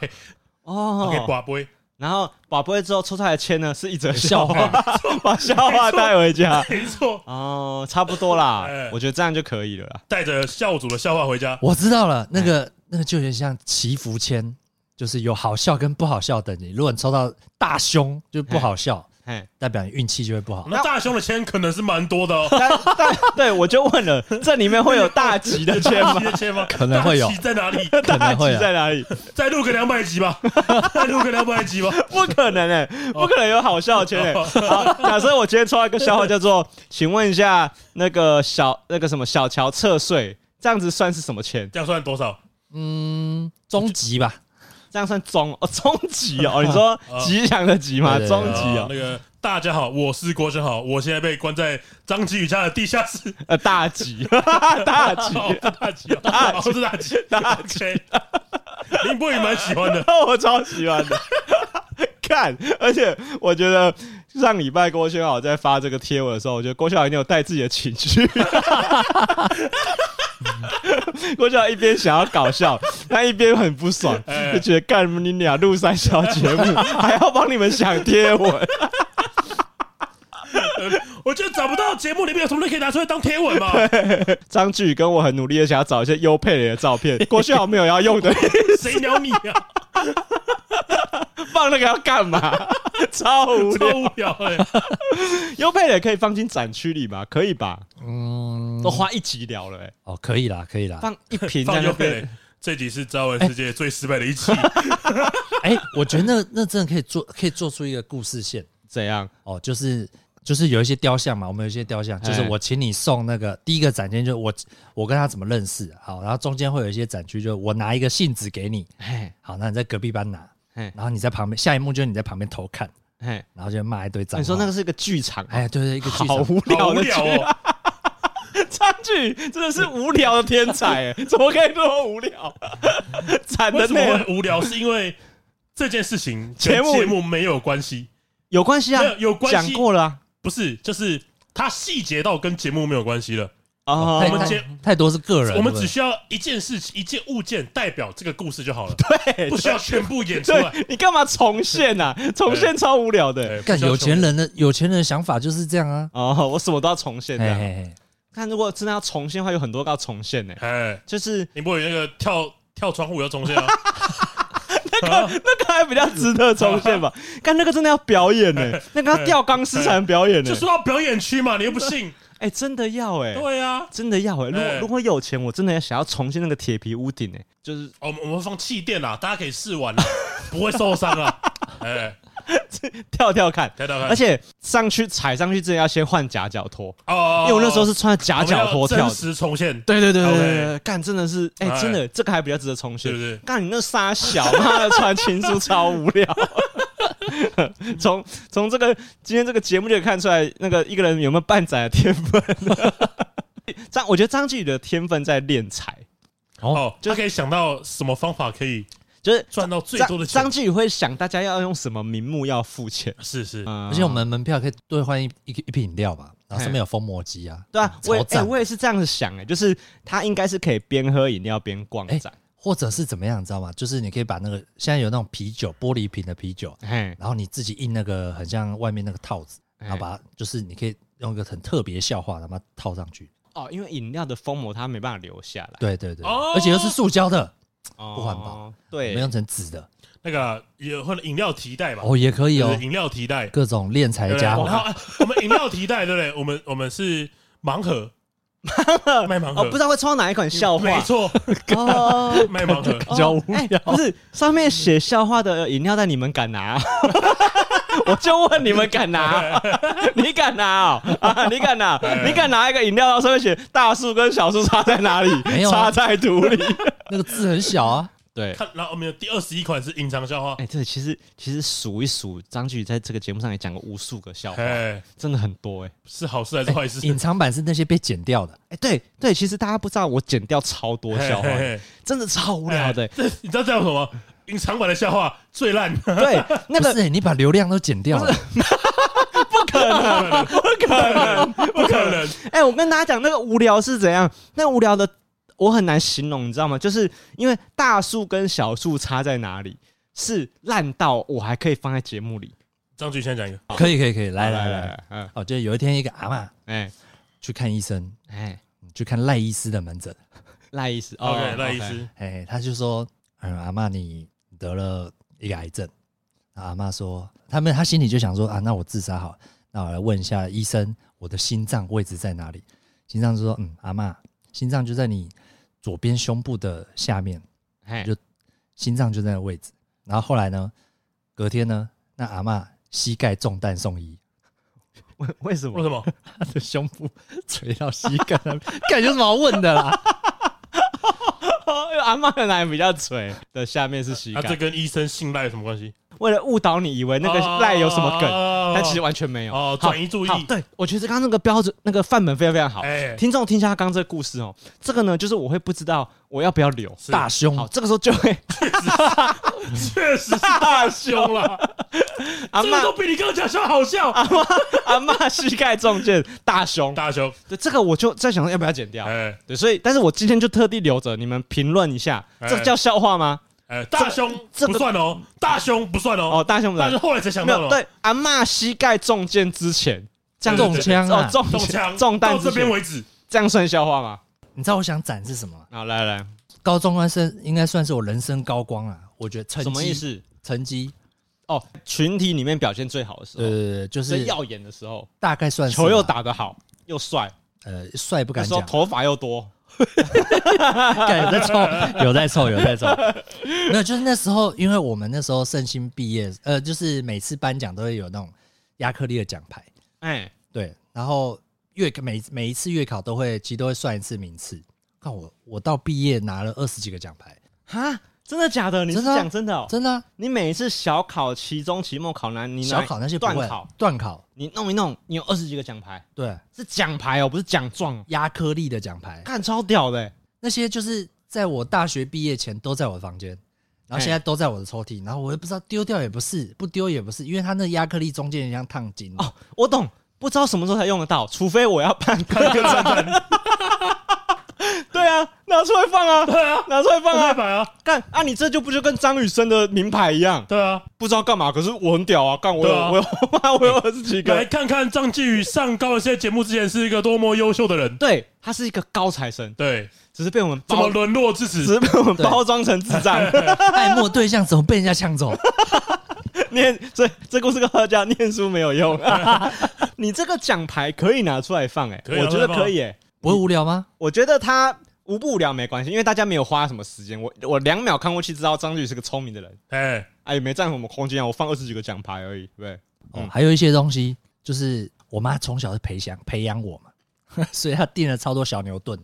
[SPEAKER 1] 然后可以
[SPEAKER 2] 哦，
[SPEAKER 1] 刮杯。
[SPEAKER 2] 然后宝贝之后抽出来的签呢是一则笑
[SPEAKER 3] 笑
[SPEAKER 2] 话
[SPEAKER 3] 话，
[SPEAKER 2] 把笑话带回家。
[SPEAKER 1] 没错，
[SPEAKER 2] 哦，差不多啦
[SPEAKER 1] 哎，
[SPEAKER 2] 我觉得这样就可以了啦。
[SPEAKER 1] 带着笑主的笑话回家。
[SPEAKER 3] 我知道了，那个那个就有点像祈福签，就是有好笑跟不好笑等级。如果你抽到大凶，就是不好笑，
[SPEAKER 2] 嘿，
[SPEAKER 3] 代表你运气就会不好。
[SPEAKER 1] 那大胸的签可能是蛮多 的哦，
[SPEAKER 2] 但但对我就问了，这里面会有大吉的签
[SPEAKER 1] 大
[SPEAKER 2] 吗
[SPEAKER 1] 旗？的签吗？
[SPEAKER 3] 可能会有
[SPEAKER 1] 大旗在哪里？
[SPEAKER 3] 可
[SPEAKER 2] 大
[SPEAKER 3] 能
[SPEAKER 2] 吉
[SPEAKER 3] 会有啊
[SPEAKER 2] 在哪里？
[SPEAKER 1] 再录个两百集吧， 再录个两百集吧。
[SPEAKER 2] 不可能哎、
[SPEAKER 3] 哦
[SPEAKER 2] 不可能有好笑的圈哎、
[SPEAKER 1] 哦
[SPEAKER 2] 好，假设我今天抽到一个笑话叫做“请问一下那个小那个什么小乔侧睡”，这样子算是什么签？
[SPEAKER 1] 这样算多少？
[SPEAKER 3] 嗯，终极吧，
[SPEAKER 2] 这样算中哦终极哦？你说吉祥的吉吗？
[SPEAKER 3] 对对对
[SPEAKER 2] 终极
[SPEAKER 1] 啊
[SPEAKER 2] 哦，
[SPEAKER 1] 那个大家好，我是郭生豪，我现在被关在张吉宇家的地下 室。
[SPEAKER 2] 呃大吉 大吉。
[SPEAKER 1] 哦，是大吉哦，大是大吉，大啊吉。林波也蛮喜欢的，
[SPEAKER 2] 我超喜欢的。看，而且我觉得上礼拜郭轩豪在发这个贴文的时候，我觉得郭轩豪一定有带自己的情绪。郭轩豪一边想要搞笑，但一边很不爽，
[SPEAKER 1] 哎
[SPEAKER 2] 就觉得干你俩录三小节目，还要帮你们想贴文，
[SPEAKER 1] 我觉得找不到节目里面有什么东西可以拿出来当贴 文嘛。
[SPEAKER 2] 张志宇跟我很努力的想要找一些优配的照片，郭轩豪没有要用的，
[SPEAKER 1] 谁鸟你 啊？
[SPEAKER 2] 放那个要干嘛？超无
[SPEAKER 1] 超
[SPEAKER 2] 聊。
[SPEAKER 1] 无聊 哎！
[SPEAKER 2] 优配的可以放进展区里吗？可以吧？
[SPEAKER 3] 嗯
[SPEAKER 2] 都，花一集聊了、欸，
[SPEAKER 3] 哦，可以啦，可以啦。
[SPEAKER 2] 放一瓶在
[SPEAKER 1] 放
[SPEAKER 2] 那
[SPEAKER 1] 优佩
[SPEAKER 2] 边
[SPEAKER 1] 雷，，这集是《招文世界》最失败的一期。
[SPEAKER 3] 哎，我觉得那那真的可以做，可以做出一个故事线
[SPEAKER 2] 怎样？
[SPEAKER 3] 哦，就是。就是有一些雕像嘛，我们有一些雕像，就是
[SPEAKER 2] 哎
[SPEAKER 3] 我请你送那个第一个展间，就是我我跟他怎么认识，好，然后中间会有一些展区，就是我拿一个信纸给你，
[SPEAKER 2] 嘿，
[SPEAKER 3] 好，那你在隔壁班拿，
[SPEAKER 2] 嘿，
[SPEAKER 3] 然后你在旁边，下一幕就是你在旁边偷看，
[SPEAKER 2] 嘿，
[SPEAKER 3] 然后就骂一堆脏话。
[SPEAKER 2] 你说那个是一个剧场，啊
[SPEAKER 3] 哎，对对，一个剧
[SPEAKER 2] 好
[SPEAKER 3] 场，
[SPEAKER 2] 无
[SPEAKER 1] 好
[SPEAKER 2] 聊
[SPEAKER 1] 无
[SPEAKER 2] 的
[SPEAKER 1] 聊
[SPEAKER 2] 剧，
[SPEAKER 1] 哦！
[SPEAKER 2] 张剧真的是无聊的天才，哎，怎么可以那么无聊？ 惨
[SPEAKER 1] 为
[SPEAKER 2] 的
[SPEAKER 1] 什么
[SPEAKER 2] 内容
[SPEAKER 1] 会无聊？是因为这件事情跟
[SPEAKER 2] 节目
[SPEAKER 1] 啊节目没有关系，
[SPEAKER 2] 有关系啊
[SPEAKER 1] 没有，有关
[SPEAKER 2] 讲
[SPEAKER 1] 系
[SPEAKER 2] 过了啊
[SPEAKER 1] 不是，就是它细节到跟节目没有关系了。
[SPEAKER 2] 哦
[SPEAKER 3] 太
[SPEAKER 1] 我们
[SPEAKER 3] 太
[SPEAKER 1] 节
[SPEAKER 3] 太多是个
[SPEAKER 2] 啊
[SPEAKER 3] 人，
[SPEAKER 1] 我们
[SPEAKER 3] 对不
[SPEAKER 1] 只
[SPEAKER 3] 对
[SPEAKER 1] 需要一件事情、一件物件代表这个故事就好了，
[SPEAKER 2] 对
[SPEAKER 1] 不需要全部演出啊来。
[SPEAKER 2] 对，你干嘛重现啊？重现超无聊的。
[SPEAKER 1] 对
[SPEAKER 3] 干有钱。
[SPEAKER 1] 哎不需要全部
[SPEAKER 3] 人的有钱人的想法就是这样啊。
[SPEAKER 2] 哦，我什么都要重现
[SPEAKER 3] 嘿
[SPEAKER 2] 的。
[SPEAKER 3] 嘿嘿，
[SPEAKER 2] 看，如果真的要重现的话，有很多个要重现呢。
[SPEAKER 1] 哎，
[SPEAKER 2] 就是
[SPEAKER 1] 林博宇那个跳跳窗户要重 现啊！
[SPEAKER 2] 那个还比较值得重现吧？但那个真的要表演 呢、那个要吊钢丝才能表演呢、欸
[SPEAKER 1] 就说到表演区嘛，你又不 信？
[SPEAKER 2] 哎、真的要哎、
[SPEAKER 1] 对啊，
[SPEAKER 2] 真的要哎、如果
[SPEAKER 1] 哎
[SPEAKER 2] 如果有钱，我真的想要重新那个铁皮屋顶哎、就是
[SPEAKER 1] 哦我们我们放气垫啊啦，大家可以试 玩啦，不会受伤啦。哎，
[SPEAKER 2] 跳跳看。
[SPEAKER 1] 跳跳看，
[SPEAKER 2] 而且上去踩上去之前要先换夹脚拖，
[SPEAKER 1] 哦，
[SPEAKER 2] 因为我那时候是穿夹脚拖
[SPEAKER 1] 我们
[SPEAKER 2] 跳
[SPEAKER 1] 要真。
[SPEAKER 2] 的
[SPEAKER 1] 实重现，
[SPEAKER 2] 对对对对
[SPEAKER 1] OK
[SPEAKER 2] 对对，干真的是，哎，
[SPEAKER 1] 哎
[SPEAKER 2] 真的这个还比较值得重
[SPEAKER 1] 对不
[SPEAKER 2] 现。
[SPEAKER 1] 对？
[SPEAKER 2] 干你那傻小，妈的传情书超无聊。 从从这个今天这个节目就可以看出来，那个一个人有没有半载的天分。 张，我觉得张继宇的天分在练财，
[SPEAKER 1] 哦，就可以想到什么方法可以
[SPEAKER 2] 就是
[SPEAKER 1] 赚到最多
[SPEAKER 2] 张
[SPEAKER 1] 的钱
[SPEAKER 2] 张。继宇会想大家要用什么名目要付钱。啊
[SPEAKER 1] 是是，
[SPEAKER 2] 而
[SPEAKER 3] 而且我们门票可以兑换一一一瓶饮料嘛，然后上面有封魔机啊，
[SPEAKER 2] 对啊，我也
[SPEAKER 3] 超
[SPEAKER 2] 哎、
[SPEAKER 3] 赞
[SPEAKER 2] 我也是这样子想哎、就是他应该是可以边喝饮料边逛
[SPEAKER 3] 哎
[SPEAKER 2] 展，
[SPEAKER 3] 或者是怎么样，你知道吗？就是你可以把那个现在有那种啤酒玻璃瓶的啤酒，
[SPEAKER 2] 嘿，
[SPEAKER 3] 然后你自己印那个很像外面那个套子，然后
[SPEAKER 2] 哎
[SPEAKER 3] 把它就是你可以用一个很特别笑话，然后把它套上去。
[SPEAKER 2] 哦，因为饮料的封膜它没办法留下来，
[SPEAKER 3] 对对对，
[SPEAKER 1] 哦
[SPEAKER 3] 而且又是塑胶的，
[SPEAKER 2] 不
[SPEAKER 3] 不环保，我
[SPEAKER 2] 对，
[SPEAKER 3] 们用成纸的
[SPEAKER 1] 那个也或者饮料提袋吧，
[SPEAKER 3] 哦，也可以
[SPEAKER 1] 就
[SPEAKER 3] 哦
[SPEAKER 1] 是，饮料提袋，
[SPEAKER 3] 各种练财
[SPEAKER 1] 对不对
[SPEAKER 3] 家
[SPEAKER 1] 然
[SPEAKER 3] 伙
[SPEAKER 1] 后哎我们饮料提袋，对不对？我们我们是盲盒，卖盲盒
[SPEAKER 2] 哦，不知道会抽到哪一款笑
[SPEAKER 1] 没
[SPEAKER 2] 话，
[SPEAKER 1] 错，
[SPEAKER 2] 哦，
[SPEAKER 1] 卖盲 盒，
[SPEAKER 2] 比较无
[SPEAKER 1] 哎
[SPEAKER 2] 聊。不是上面写笑话的饮料袋，你们敢拿？ 我就问你们敢 拿？你敢拿哦？啊，你敢拿？
[SPEAKER 1] 哎
[SPEAKER 2] 你敢拿一个饮料袋上面写大树跟小树差在哪里
[SPEAKER 3] 没？有
[SPEAKER 2] 差
[SPEAKER 3] 啊
[SPEAKER 2] 在土 里。
[SPEAKER 3] 那个字很小啊，
[SPEAKER 2] 对，
[SPEAKER 1] 看，然后我们有第二十一款是隐藏笑话，
[SPEAKER 2] 哎，对，其实其实数一数，张继宇在这个节目上也讲过无数个笑话，
[SPEAKER 1] 哎，
[SPEAKER 2] 真的很多哎。
[SPEAKER 1] 是好事还是坏事？
[SPEAKER 3] 哎隐藏版是那些被剪掉的，
[SPEAKER 2] 哎，对对，其实大家不知道，我剪掉超多笑话
[SPEAKER 1] 嘿
[SPEAKER 2] 的，
[SPEAKER 1] 嘿嘿哎
[SPEAKER 2] 真的超无聊的欸。
[SPEAKER 1] 这 你知道这叫什么？隐藏版的笑话最 烂，
[SPEAKER 2] 对，那
[SPEAKER 3] 不
[SPEAKER 2] 个
[SPEAKER 3] 是、欸、你把流量都剪掉了，
[SPEAKER 2] 不可能。
[SPEAKER 1] 不可能，
[SPEAKER 2] 哎、我跟大家讲，那个无聊是怎样？那无聊的我很难形容，你知道吗？就是因为大树跟小树差在哪里，是烂到我还可以放在节目里。
[SPEAKER 1] 张俊先讲一个，
[SPEAKER 3] 可以可以可以，来来来，
[SPEAKER 2] 来，嗯，
[SPEAKER 3] 哦，就有一天一个阿嬷
[SPEAKER 2] 哎
[SPEAKER 3] 去看医生，
[SPEAKER 2] 哎，
[SPEAKER 3] 去看赖医师的门诊，
[SPEAKER 2] 赖医师哦
[SPEAKER 1] OK，赖医，师，
[SPEAKER 3] 哎，他就说，嗯，阿嬷你得了一个癌症，然后阿嬷说，他们他心里就想说啊，那我自杀好了，那我来问一下医生，我的心脏位置在哪里？心脏就说，嗯，阿嬷，心脏就在你左边胸部的下面，
[SPEAKER 2] 哎
[SPEAKER 3] 就，心脏就在那个位置。然后后来呢，隔天呢，那阿嬷膝盖中弹送医，
[SPEAKER 2] 为为什
[SPEAKER 1] 为
[SPEAKER 2] 么？
[SPEAKER 1] 什么？
[SPEAKER 3] 她的胸部垂到膝盖那边，感觉有什么好问的啦？
[SPEAKER 2] 因为阿妈的奶比较垂的下面是膝
[SPEAKER 1] 啊，这
[SPEAKER 2] 盖，
[SPEAKER 1] 跟医生信赖有什么关系？
[SPEAKER 2] 为了误导你以为那个赖有什么梗，
[SPEAKER 1] 梗
[SPEAKER 2] 但其实完全没有。
[SPEAKER 1] 哦，
[SPEAKER 2] 好
[SPEAKER 1] 转移注意
[SPEAKER 2] 好，，对我觉得刚刚那个标准，那个范本非常非常好。
[SPEAKER 1] 哎，
[SPEAKER 2] 听众听一下刚刚这个故事哦，这个呢，就是我会不知道我要不要留。
[SPEAKER 1] 是
[SPEAKER 3] 大胸
[SPEAKER 2] 好，这个时候就 会
[SPEAKER 1] 确实是大凶 了，
[SPEAKER 2] 阿
[SPEAKER 1] 这个
[SPEAKER 2] 妈
[SPEAKER 1] 都比你刚刚讲笑好笑，
[SPEAKER 2] 阿妈膝盖中箭，大胸。
[SPEAKER 1] 大凶，
[SPEAKER 2] 对，这个我就在想说要不要剪掉。
[SPEAKER 1] 哎
[SPEAKER 2] 对，所以但是我今天就特地留着，你们评论一下，
[SPEAKER 1] 哎
[SPEAKER 2] 这叫笑话吗？
[SPEAKER 1] 哎，大凶
[SPEAKER 2] 这
[SPEAKER 1] 不算哦，大凶不算哦，
[SPEAKER 2] 哦，大胸不
[SPEAKER 1] 但是
[SPEAKER 2] 然
[SPEAKER 1] 后来才想
[SPEAKER 2] 没
[SPEAKER 1] 到
[SPEAKER 2] 有
[SPEAKER 1] 了，
[SPEAKER 2] 对阿妈膝盖中箭之前，这样
[SPEAKER 1] 对
[SPEAKER 3] 中
[SPEAKER 1] 对
[SPEAKER 3] 枪
[SPEAKER 2] 哦
[SPEAKER 3] 啊！
[SPEAKER 2] 中
[SPEAKER 1] 中
[SPEAKER 2] 枪
[SPEAKER 1] 枪
[SPEAKER 2] 中弹
[SPEAKER 1] 到
[SPEAKER 2] 之
[SPEAKER 1] 这边
[SPEAKER 2] 前，
[SPEAKER 1] 为止，
[SPEAKER 2] 这样算笑话吗？
[SPEAKER 3] 你知道我想展是什么吗？
[SPEAKER 2] 好，来来，
[SPEAKER 3] 高中生生应该算是我人生高光啊，我觉得成绩
[SPEAKER 2] 什么意？思？
[SPEAKER 3] 成绩，
[SPEAKER 2] 哦，群体里面表现最好的时
[SPEAKER 3] 对
[SPEAKER 2] 候，
[SPEAKER 3] 对对，就
[SPEAKER 2] 最
[SPEAKER 3] 是
[SPEAKER 2] 耀眼的时候，
[SPEAKER 3] 大概算是吧
[SPEAKER 2] 哦球又，打得好，又帅，
[SPEAKER 3] 呃，帅不
[SPEAKER 2] 那
[SPEAKER 3] 敢
[SPEAKER 2] 时候
[SPEAKER 3] 讲，
[SPEAKER 2] 头发又多，
[SPEAKER 3] 干有在 凑，有在凑，有在凑。没有，就是那时候，因为我们那时候圣心毕业，呃，就是每次颁奖都会有那种亚克力的奖牌，
[SPEAKER 2] 哎，
[SPEAKER 3] 对，然后月每每一次月考都会，其实都会算一次名次。看我，我到毕业拿了二十几个奖牌，
[SPEAKER 2] 哈，真的假的？你是
[SPEAKER 3] 真的啊
[SPEAKER 2] 讲真的哦？
[SPEAKER 3] 真的啊、
[SPEAKER 2] 你每一次小考、期中、期末考难，你拿
[SPEAKER 3] 小考那些不
[SPEAKER 2] 断
[SPEAKER 3] 会
[SPEAKER 2] 考，，
[SPEAKER 3] 断考，
[SPEAKER 2] 你弄一弄，你有二十几个奖牌，
[SPEAKER 3] 对，
[SPEAKER 2] 是奖牌哦，不是奖状哦，
[SPEAKER 3] 亚克力的奖牌，
[SPEAKER 2] 看超屌的欸，
[SPEAKER 3] 那些就是在我大学毕业前都在我的房间，然后现在都在我的抽屉，然后我也不知道丢掉也不是，不丢也不是，因为它那亚克力中间很像烫金
[SPEAKER 2] 哦我懂，不知道什么时候才用得到，除非我要办
[SPEAKER 1] 看个赞赞，
[SPEAKER 2] 对啊，拿出来放啊，
[SPEAKER 1] 对啊，
[SPEAKER 2] 拿出来放
[SPEAKER 1] 那
[SPEAKER 2] 啊！
[SPEAKER 1] 摆啊，
[SPEAKER 2] 干啊，你这就不就跟张雨生的名牌一样？
[SPEAKER 1] 对啊，
[SPEAKER 2] 不知道干嘛，可是我很屌啊！干我有
[SPEAKER 1] 对啊
[SPEAKER 2] 我有妈我有二十几
[SPEAKER 1] 来
[SPEAKER 2] 个，
[SPEAKER 1] 看看张继宇上高一些节目之前是一个多么优秀的人，
[SPEAKER 2] 对他是一个高材生，
[SPEAKER 1] 对，
[SPEAKER 2] 只是被我们
[SPEAKER 1] 怎么
[SPEAKER 2] 包，
[SPEAKER 1] 沦落至
[SPEAKER 2] 只
[SPEAKER 1] 此？
[SPEAKER 2] 哦是被我们包装成智障。
[SPEAKER 3] 爱慕对象怎么被人家抢走？
[SPEAKER 2] 念这这故事告诉大家，念书没 有用。 你这个奖牌可以拿出来放，哎，
[SPEAKER 1] 可以拿
[SPEAKER 2] 我
[SPEAKER 1] 出
[SPEAKER 2] 觉
[SPEAKER 1] 来
[SPEAKER 2] 得
[SPEAKER 1] 放啊
[SPEAKER 2] 可以，哎，
[SPEAKER 3] 不会无聊吗？
[SPEAKER 2] 我觉得他无不无聊没关系，因为大家没有花什么时间。我我两秒看过去，知道张律是个聪明的人，
[SPEAKER 1] 哎，
[SPEAKER 2] 哎，也没占什么空间啊，我放二十几个奖牌而已，对不对？
[SPEAKER 3] 哦
[SPEAKER 2] 嗯，
[SPEAKER 3] 还有一些东西，就是我妈从小是培养培养我嘛， 所以她订了超多小牛顿。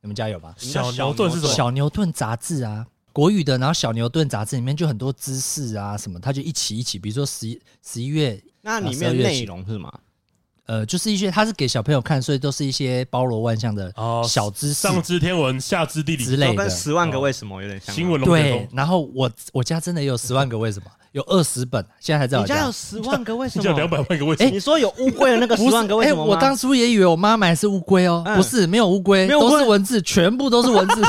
[SPEAKER 3] 你们家有吗？
[SPEAKER 2] 什么叫
[SPEAKER 1] 小牛顿是什么
[SPEAKER 3] 小牛顿杂志啊，国语的，然后小牛顿杂志里面就很多知识啊什么，它就一起一起，比如说十一十一月，
[SPEAKER 2] 那里面内容是什么？
[SPEAKER 3] 呃，就是一些它是给小朋友看，所以都是一些包罗万象的
[SPEAKER 1] 哦
[SPEAKER 3] 小知识
[SPEAKER 1] 上知天文，下知地
[SPEAKER 3] 之
[SPEAKER 1] 理，
[SPEAKER 3] 类
[SPEAKER 2] 就
[SPEAKER 3] 的
[SPEAKER 2] 跟。十万个为什么有点像吗。
[SPEAKER 1] 新闻龙卷
[SPEAKER 3] 对
[SPEAKER 1] 风，，
[SPEAKER 3] 然后我我家真的有十万个为什么，有二十本，现在还在我
[SPEAKER 2] 你家有十万个为什
[SPEAKER 1] 你讲
[SPEAKER 2] 么？哎
[SPEAKER 1] 两百万个为什么？
[SPEAKER 2] 你说有乌龟的那个十万个为什么吗
[SPEAKER 3] 哎我当初也以为我妈买的是乌龟哦，
[SPEAKER 2] 嗯
[SPEAKER 3] 不是，没有乌龟，
[SPEAKER 2] 没有乌
[SPEAKER 3] 都
[SPEAKER 2] 龟
[SPEAKER 3] 是文字，全部都是文 字。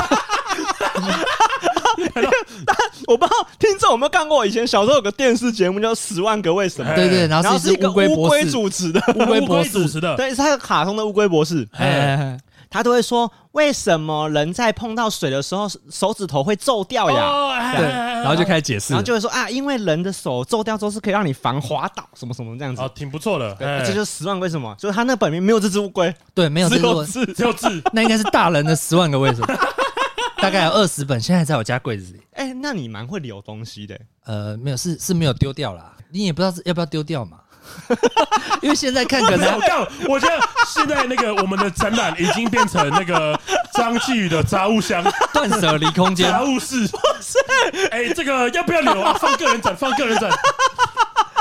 [SPEAKER 2] 我不知道听众有没有看过，以前小时候有个电视节目叫《十万个为什么
[SPEAKER 1] 哎》，
[SPEAKER 3] 对对，然
[SPEAKER 2] 然
[SPEAKER 3] 后
[SPEAKER 2] 后
[SPEAKER 3] 是
[SPEAKER 2] 是
[SPEAKER 3] 一
[SPEAKER 2] 一
[SPEAKER 3] 只
[SPEAKER 2] 个
[SPEAKER 3] 乌龟
[SPEAKER 2] 乌
[SPEAKER 3] 博
[SPEAKER 2] 龟
[SPEAKER 3] 士，
[SPEAKER 2] 主持的，
[SPEAKER 3] 乌龟博
[SPEAKER 1] 主
[SPEAKER 3] 士。
[SPEAKER 1] 持的，
[SPEAKER 2] 对，是他的卡通的乌龟博士，
[SPEAKER 3] 哎哎，哎
[SPEAKER 2] 他都会说为什么人在碰到水的时候手指头会皱掉呀？
[SPEAKER 1] 哦，哎
[SPEAKER 3] 对，
[SPEAKER 1] 哎哎
[SPEAKER 3] 然后就开始解释
[SPEAKER 2] 然，后就会说啊，因为人的手皱掉之后是可以让你防滑倒什么什么这样子
[SPEAKER 1] 哦，。挺不错的，
[SPEAKER 2] 对，
[SPEAKER 1] 哎
[SPEAKER 2] 这就是十万为什么，就是他那本名没有这只乌龟，
[SPEAKER 3] 对，没有这
[SPEAKER 2] 只
[SPEAKER 3] 个
[SPEAKER 2] 有
[SPEAKER 3] 文，
[SPEAKER 2] 字。
[SPEAKER 1] 只有字，
[SPEAKER 3] 那应该是大人的十万个为什么， 大概有二十本，现在还在我家柜子里。
[SPEAKER 2] 哎，那你蛮会留东西的。
[SPEAKER 3] 呃，没有，是是没有丢掉啦，你也不知道是要不要丢掉嘛， 因为现在看 可
[SPEAKER 1] 不是我
[SPEAKER 3] 能
[SPEAKER 1] 告诉你我觉得现在那个我们的展览已经变成那个张继宇的杂物箱、
[SPEAKER 3] 断舍离空间。
[SPEAKER 1] 杂物室。哎、这个要不要留啊？放个人展，放个人展。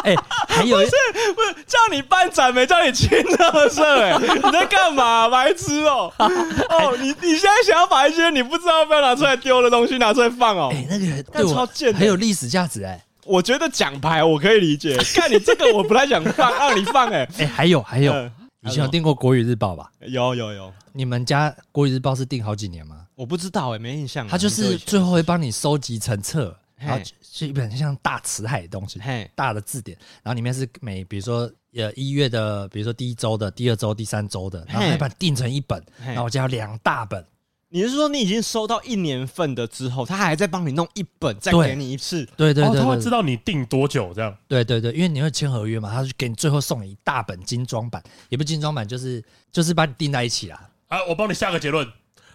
[SPEAKER 3] 哎，还有一
[SPEAKER 2] 不是叫你办展没叫你亲乐色 哎，你在干嘛、白痴 哦、哦，你你现在想要把一些你不知道要不要拿出来丢的东西拿出来放哦、
[SPEAKER 3] 哎，那个对我
[SPEAKER 2] 超贱的
[SPEAKER 3] 很有历史价值哎
[SPEAKER 2] 我觉得奖牌我可以理 解，看你这个我不太想放，让你放 哎、
[SPEAKER 3] 哎，还有还有，
[SPEAKER 2] 嗯
[SPEAKER 3] 以前有订过《国语日报》吧？
[SPEAKER 2] 有有有，
[SPEAKER 3] 你们家《国语日报》是订好几年吗？
[SPEAKER 2] 我不知道哎、没印象啊。
[SPEAKER 3] 它就是
[SPEAKER 2] 很久以前
[SPEAKER 3] 最后会帮你收集成册，
[SPEAKER 2] 嘿
[SPEAKER 3] 然后是一本像大辞海的东西
[SPEAKER 2] 嘿，
[SPEAKER 3] 大的字典，然后里面是每比如说呃一月的，比如说第一周的、第二周、第三周的，然后
[SPEAKER 2] 嘿
[SPEAKER 3] 那本订成一本，
[SPEAKER 2] 嘿
[SPEAKER 3] 然后我家有两大本，
[SPEAKER 2] 你是说你已经收到一年份的之后，他还在帮你弄一本，再
[SPEAKER 3] 对
[SPEAKER 2] 给你一次？
[SPEAKER 3] 对对
[SPEAKER 1] 哦，
[SPEAKER 3] 对
[SPEAKER 1] 他会
[SPEAKER 3] 对
[SPEAKER 1] 知
[SPEAKER 3] 对，
[SPEAKER 1] 道你订多久这样。
[SPEAKER 3] 对对对，因为你会签合约嘛，他就给你最后送你一大本精装版，也不是精装版，就是就是把你订在一起啦。
[SPEAKER 1] 啊，我帮你下个结论，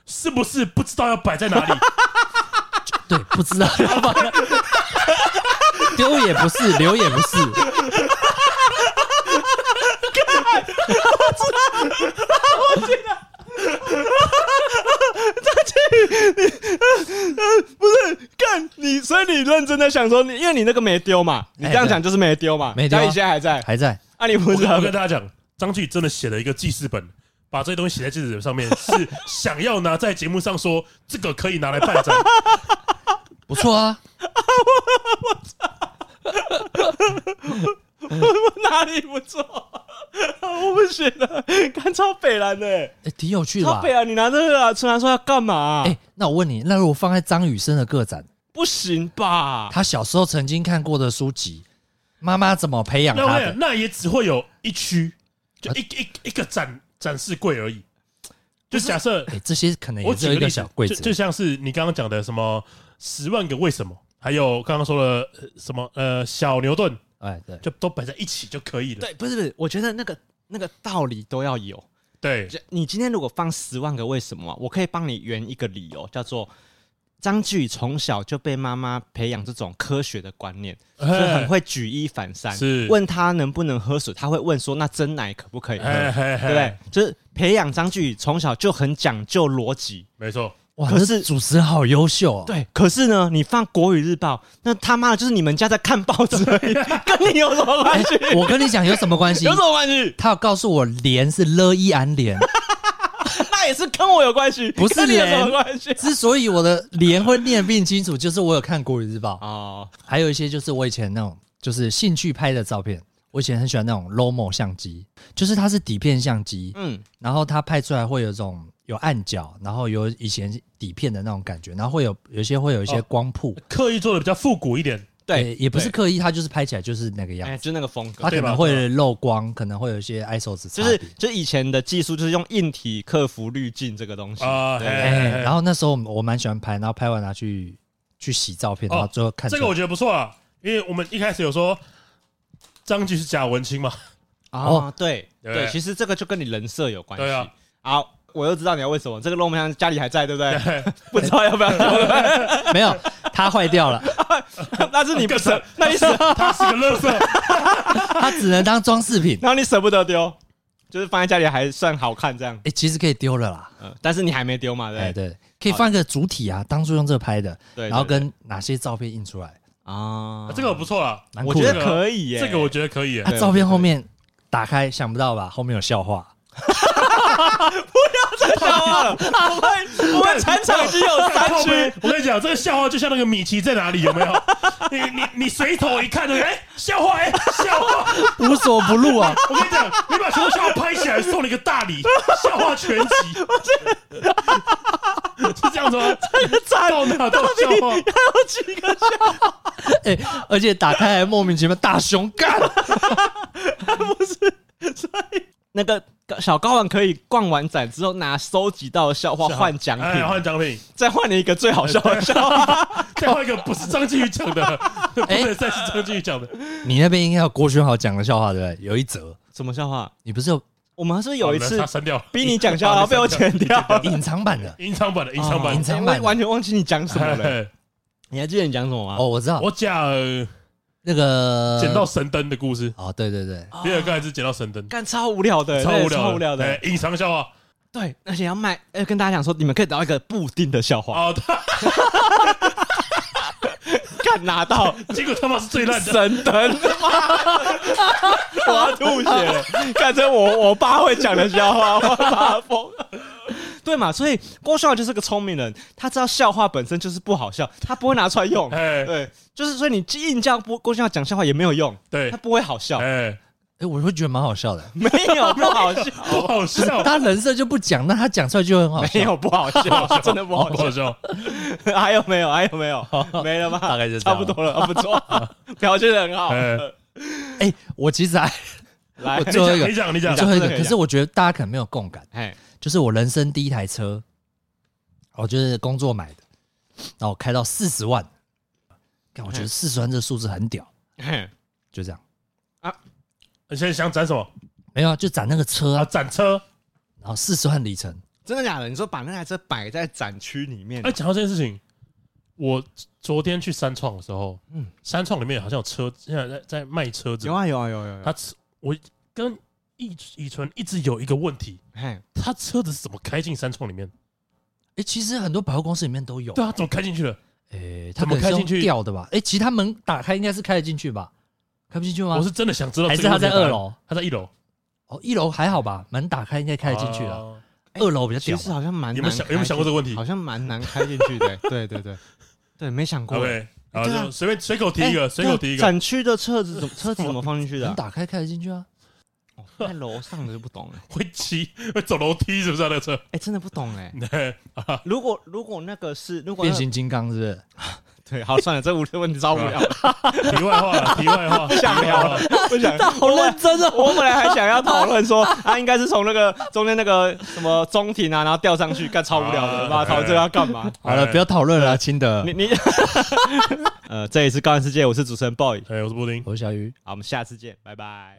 [SPEAKER 1] 是不是不知道要摆在哪里？
[SPEAKER 3] 对，不知道要不然丢也不是，留也 不是，
[SPEAKER 2] 不是，干你，所以你认真的想说，你因为你那个没丢嘛，你
[SPEAKER 3] 哎
[SPEAKER 2] 这样讲就是没丢嘛，
[SPEAKER 3] 没丢啊
[SPEAKER 2] 家里现在还在，
[SPEAKER 3] 还在。
[SPEAKER 2] 啊，你不
[SPEAKER 1] 我
[SPEAKER 2] 知
[SPEAKER 1] 跟
[SPEAKER 2] 道
[SPEAKER 1] 我跟大家讲，张继宇真的写了一个记事本。把这些东西写在记事本上面，是想要拿在节目上说这个可以拿来办展，
[SPEAKER 3] 不错啊，
[SPEAKER 2] 我 哪里不错？ 我不行了，看超北蓝的、欸
[SPEAKER 3] 哎，挺有趣的
[SPEAKER 2] 超
[SPEAKER 3] 吧
[SPEAKER 2] 北？蓝，你拿这个啊，出来说要干嘛、
[SPEAKER 1] 啊
[SPEAKER 3] 哎，那我问你，那如果放在张雨生的个展，
[SPEAKER 2] 不行吧？
[SPEAKER 3] 他小时候曾经看过的书籍，妈妈怎么培养
[SPEAKER 1] 那
[SPEAKER 3] 他
[SPEAKER 1] 我也
[SPEAKER 3] 的？啊
[SPEAKER 1] 那也只会有一区，就一一一个展展示柜而已。就假设
[SPEAKER 3] 哎，这些可能
[SPEAKER 1] 我
[SPEAKER 3] 也只
[SPEAKER 1] 举
[SPEAKER 3] 有一
[SPEAKER 1] 例
[SPEAKER 3] 个
[SPEAKER 1] 子
[SPEAKER 3] 小柜
[SPEAKER 1] 就就
[SPEAKER 3] 子。
[SPEAKER 1] 像是你刚刚讲的什么十万个为什么，还有刚刚说的呃什么呃小牛顿，
[SPEAKER 3] 哎，对，
[SPEAKER 1] 就都摆在一起就可以了。
[SPEAKER 2] 对，不是不是，我觉得那个那个道理都要有。
[SPEAKER 1] 对，
[SPEAKER 2] 就你今天如果放十万个为什么、啊，我可以帮你圆一个理由，叫做张继宇从小就被妈妈培养这种科学的观念，所以很会举一反三。
[SPEAKER 1] 是
[SPEAKER 2] 问他能不能喝水，他会问说那真奶可不可以喝，
[SPEAKER 1] 哎
[SPEAKER 2] 对
[SPEAKER 1] 嘿
[SPEAKER 2] 不对？？就是培养张继宇从小就很讲究逻辑。
[SPEAKER 1] 没错，
[SPEAKER 3] 哇，
[SPEAKER 2] 可
[SPEAKER 3] 这
[SPEAKER 2] 是
[SPEAKER 3] 主持人好优秀哦。
[SPEAKER 2] 对，可是呢，你放《国语日报》，那他妈的就是你们家在看报纸而已，跟你有什 么关系？
[SPEAKER 3] 哎我跟你讲有什么关系
[SPEAKER 2] 有？什么关系？
[SPEAKER 3] 他有告诉我，连是了一安 连。
[SPEAKER 2] 那也是跟我有关系，
[SPEAKER 3] 不是
[SPEAKER 2] 跟你有什么
[SPEAKER 3] 人
[SPEAKER 2] 关系？
[SPEAKER 3] 之所以我的连会念并清楚，就是我有看《国语日报》，
[SPEAKER 2] 哦，
[SPEAKER 3] 还有一些就是我以前那种就是兴趣拍的照片。我以前很喜欢那种 Lomo 相机，就是它是底片相机，
[SPEAKER 2] 嗯，
[SPEAKER 3] 然后它拍出来会有一种有暗角，然后有以前底片的那种感觉，然后会有有些会有一些
[SPEAKER 1] 哦
[SPEAKER 3] 光谱，
[SPEAKER 1] 刻意做的比较复古一点，
[SPEAKER 3] 也
[SPEAKER 2] 对，
[SPEAKER 3] 哎也不是
[SPEAKER 2] 对，
[SPEAKER 3] 刻意，它就是拍起来就是那个样
[SPEAKER 2] 哎，
[SPEAKER 3] 子，
[SPEAKER 2] 就是那个风格
[SPEAKER 3] 它，可
[SPEAKER 1] 对吧
[SPEAKER 3] 能会漏光，可能会有一些 ISO 值差
[SPEAKER 2] 就是
[SPEAKER 3] 别
[SPEAKER 2] 就是以前的技术就是用硬体克服滤镜这个东西
[SPEAKER 1] 啊
[SPEAKER 2] 对
[SPEAKER 1] 嘿
[SPEAKER 2] 对
[SPEAKER 1] 哎
[SPEAKER 3] 哎，然后那时候我们我蛮喜欢拍，然后拍完拿去去洗照片，
[SPEAKER 1] 哦
[SPEAKER 3] 然后最后看出
[SPEAKER 1] 这
[SPEAKER 3] 来
[SPEAKER 1] 个我觉得不错啊，因为我们一开始有说张继是假文青嘛，
[SPEAKER 3] 哦
[SPEAKER 2] 啊，对
[SPEAKER 1] 对
[SPEAKER 2] 对，其实这个就跟你人设有关系。
[SPEAKER 1] 对啊
[SPEAKER 2] 好，我又知道你要问什么。这个肉梅香家里还在，对不对？不知道要不要做，
[SPEAKER 3] 没有，它坏掉了，
[SPEAKER 2] 但是你不舍，那你舍，
[SPEAKER 1] 他是个乐 色，
[SPEAKER 3] 它只能当装饰品。
[SPEAKER 2] 然后你舍不得丢，就是放在家里还算好看这样。
[SPEAKER 3] 哎，其实可以丢了啦，
[SPEAKER 2] 嗯，但是你还没丢嘛，
[SPEAKER 3] 哎
[SPEAKER 2] 对不对
[SPEAKER 3] 对，可以放一个主体啊，当初用这个拍的，
[SPEAKER 2] 对，
[SPEAKER 3] 然后
[SPEAKER 2] 对
[SPEAKER 3] 跟哪些照片印出来，
[SPEAKER 2] 啊
[SPEAKER 1] 这个不错啊，
[SPEAKER 3] 蛮
[SPEAKER 2] 我
[SPEAKER 3] 酷
[SPEAKER 2] 觉
[SPEAKER 3] 的。
[SPEAKER 2] 得可以耶，
[SPEAKER 1] 这个我觉得可以耶
[SPEAKER 3] 啊，
[SPEAKER 2] 对
[SPEAKER 3] 照
[SPEAKER 2] 对
[SPEAKER 3] 片后
[SPEAKER 2] 对
[SPEAKER 3] 面打开想不到吧，后面有 笑话，
[SPEAKER 2] 笑话了。我们我们全场只有三
[SPEAKER 1] 靠背
[SPEAKER 2] 区，
[SPEAKER 1] 我跟你讲，这个笑话就像那个米奇在哪里有没有？你你你随头一看就哎笑话哎笑话，
[SPEAKER 3] 无所不入啊！
[SPEAKER 1] 我跟你讲，你把全部笑话拍起来送你一个大礼，笑话全集，是这样子吗？
[SPEAKER 2] 赞
[SPEAKER 1] 到哪都有笑话，
[SPEAKER 2] 有几个笑
[SPEAKER 3] 哎，而且打开还莫名其妙大熊干，
[SPEAKER 2] 不是？所以那个小高玩可以逛完展之后拿收集到的笑话换奖品，
[SPEAKER 1] 哎换奖品，
[SPEAKER 2] 再换你一个最好笑的笑话。
[SPEAKER 1] 再换一个不是张继宇讲的，不能再是张继宇讲的，
[SPEAKER 3] 你那边应该有郭轩豪讲的笑话对不对？有一则，
[SPEAKER 2] 什么笑话？
[SPEAKER 3] 你不是有
[SPEAKER 2] 我们是不是有一
[SPEAKER 1] 好
[SPEAKER 2] 次
[SPEAKER 1] 哦他删哦掉了
[SPEAKER 2] 逼你讲笑话被我剪掉，
[SPEAKER 3] 隐藏版 的
[SPEAKER 1] 隐藏版的隐藏版
[SPEAKER 3] 隐
[SPEAKER 1] 的。
[SPEAKER 3] 藏
[SPEAKER 2] 我
[SPEAKER 3] 版的
[SPEAKER 2] 完全忘记你讲什么 了。
[SPEAKER 1] 哎
[SPEAKER 2] 你还记得你讲什么吗？
[SPEAKER 3] 哦，我知道
[SPEAKER 1] 我讲
[SPEAKER 3] 那个
[SPEAKER 1] 捡到神灯的故事，
[SPEAKER 3] 哦，对对对，
[SPEAKER 1] 第二个还是捡到神灯，
[SPEAKER 2] 干超无聊的，
[SPEAKER 1] 超
[SPEAKER 2] 那也
[SPEAKER 1] 无聊的，
[SPEAKER 2] 超无聊的
[SPEAKER 1] 哎。隐藏笑话
[SPEAKER 2] 对，而且要卖，要跟大家讲说，你们可以得到一个布丁的笑话，
[SPEAKER 1] 啊，他
[SPEAKER 2] 干 拿到
[SPEAKER 1] 结果他妈是最 烂的。
[SPEAKER 2] 神灯， 我要吐血了！看这我我爸会讲的 笑话，我发疯。对嘛，所以郭笑就是个聪明人，他知道笑话本身就是不好笑，他不会拿出来用。
[SPEAKER 1] 哎，
[SPEAKER 2] 对，就是所以你硬叫郭郭笑讲笑话也没有用，
[SPEAKER 1] 对
[SPEAKER 2] 他，不会好笑，
[SPEAKER 1] 哎，
[SPEAKER 3] 哎，我会觉得蛮好笑的。
[SPEAKER 2] 没有不好笑，
[SPEAKER 1] 不好笑，
[SPEAKER 3] 他人设就不讲，那他讲出来就很好
[SPEAKER 2] 没
[SPEAKER 3] 笑。
[SPEAKER 2] 有不好 笑，真的不
[SPEAKER 1] 不
[SPEAKER 2] 好
[SPEAKER 1] 好笑，哦
[SPEAKER 2] 笑。还有没有？还有没有？没了吧？
[SPEAKER 3] 大概就这
[SPEAKER 2] 差
[SPEAKER 3] 样
[SPEAKER 2] 不多了，啊不 错，表现的很好。
[SPEAKER 1] 哎
[SPEAKER 3] 哎，我其实还
[SPEAKER 2] 来
[SPEAKER 3] 我，最后
[SPEAKER 1] 你
[SPEAKER 3] 一个，
[SPEAKER 1] 讲，你 讲，
[SPEAKER 3] 最后一
[SPEAKER 2] 这个
[SPEAKER 3] 个，
[SPEAKER 2] 可以
[SPEAKER 3] 可是我觉得大家可能没有共感，
[SPEAKER 2] 哎，
[SPEAKER 3] 就是我人生第一台车，我就是工作买的，然后我开到四十万，看我
[SPEAKER 1] 嗯
[SPEAKER 3] 觉得四十万这个数字很屌，
[SPEAKER 2] 嘿
[SPEAKER 3] 就这样，
[SPEAKER 1] 你现在想展什么？
[SPEAKER 3] 没有啊，就攒那个车
[SPEAKER 1] 啊，
[SPEAKER 3] 啊，
[SPEAKER 1] 展车。
[SPEAKER 3] 然后四十万里程，
[SPEAKER 2] 真的假的？你说把那台车摆在展区里面
[SPEAKER 1] 哎，，讲到这件事情，我昨天去三创的时候，嗯
[SPEAKER 2] 嗯，
[SPEAKER 1] 三创里面好像有车，现在在在卖车子
[SPEAKER 2] 有，啊有啊有啊有啊有
[SPEAKER 1] 他
[SPEAKER 2] 啊，
[SPEAKER 1] 车我跟易以纯一直有一个问题，
[SPEAKER 2] 嘿，
[SPEAKER 1] 他车子是怎么开进三创里面？
[SPEAKER 3] 哎，其实很多百货公司里面都有，
[SPEAKER 1] 对啊，怎么开进去的？
[SPEAKER 3] 哎，他
[SPEAKER 1] 怎么
[SPEAKER 3] 可
[SPEAKER 1] 开
[SPEAKER 3] 能是
[SPEAKER 1] 进
[SPEAKER 3] 用
[SPEAKER 1] 去
[SPEAKER 3] 吊的吧？哎，其实他门打开应该是开得进去吧？开不进去吗？
[SPEAKER 1] 我是真的想知道
[SPEAKER 3] 还
[SPEAKER 1] 这个
[SPEAKER 3] 是他
[SPEAKER 1] 问题
[SPEAKER 3] 在
[SPEAKER 1] 的答案，
[SPEAKER 3] 二楼？
[SPEAKER 1] 他在一楼
[SPEAKER 3] 哦，一楼还好吧，门打开应该开得进去了。
[SPEAKER 1] 啊。
[SPEAKER 3] 二楼比较
[SPEAKER 2] 其
[SPEAKER 3] 屌
[SPEAKER 2] 实
[SPEAKER 3] 吧，
[SPEAKER 2] 好像蛮
[SPEAKER 1] 有没有
[SPEAKER 2] 难
[SPEAKER 1] 想
[SPEAKER 2] 开
[SPEAKER 1] 有没有想过这个问题
[SPEAKER 2] 进好像蛮难开进 去的。对对对对，没想过。
[SPEAKER 1] OK，然后
[SPEAKER 2] 对啊
[SPEAKER 1] 就随便随口提一个，
[SPEAKER 2] 哎
[SPEAKER 1] 随口提一个，
[SPEAKER 2] 展区的车子 怎么车子怎么放进去的
[SPEAKER 3] 门
[SPEAKER 2] 啊？
[SPEAKER 3] 打开开得进去啊。
[SPEAKER 2] 哦在楼上的就不懂 了。
[SPEAKER 1] 会骑会走楼梯是不是啊？那个车？
[SPEAKER 2] 哎，真的不懂哎。
[SPEAKER 1] 对
[SPEAKER 2] 如果如果那个是如果那
[SPEAKER 3] 变形金刚是不是？
[SPEAKER 2] 对，好算了，这无这问题超无聊，
[SPEAKER 1] 题外话啦，题外话，不
[SPEAKER 2] 想聊 了，不想。
[SPEAKER 3] 好认真哦！
[SPEAKER 2] 我本来还想要讨论说， 啊，应该是从那个中间那个什么中庭啊，然后吊上去，干超无聊的，妈
[SPEAKER 1] 啊
[SPEAKER 2] 讨论这个要干嘛？
[SPEAKER 3] 好了，不要讨论了，亲德
[SPEAKER 2] 你。你， 呃，这里是《高玩世界》，我是主持人 boy，
[SPEAKER 1] 哎，我是布丁。
[SPEAKER 3] 我是小鱼。
[SPEAKER 2] 好，我们下次见，拜拜。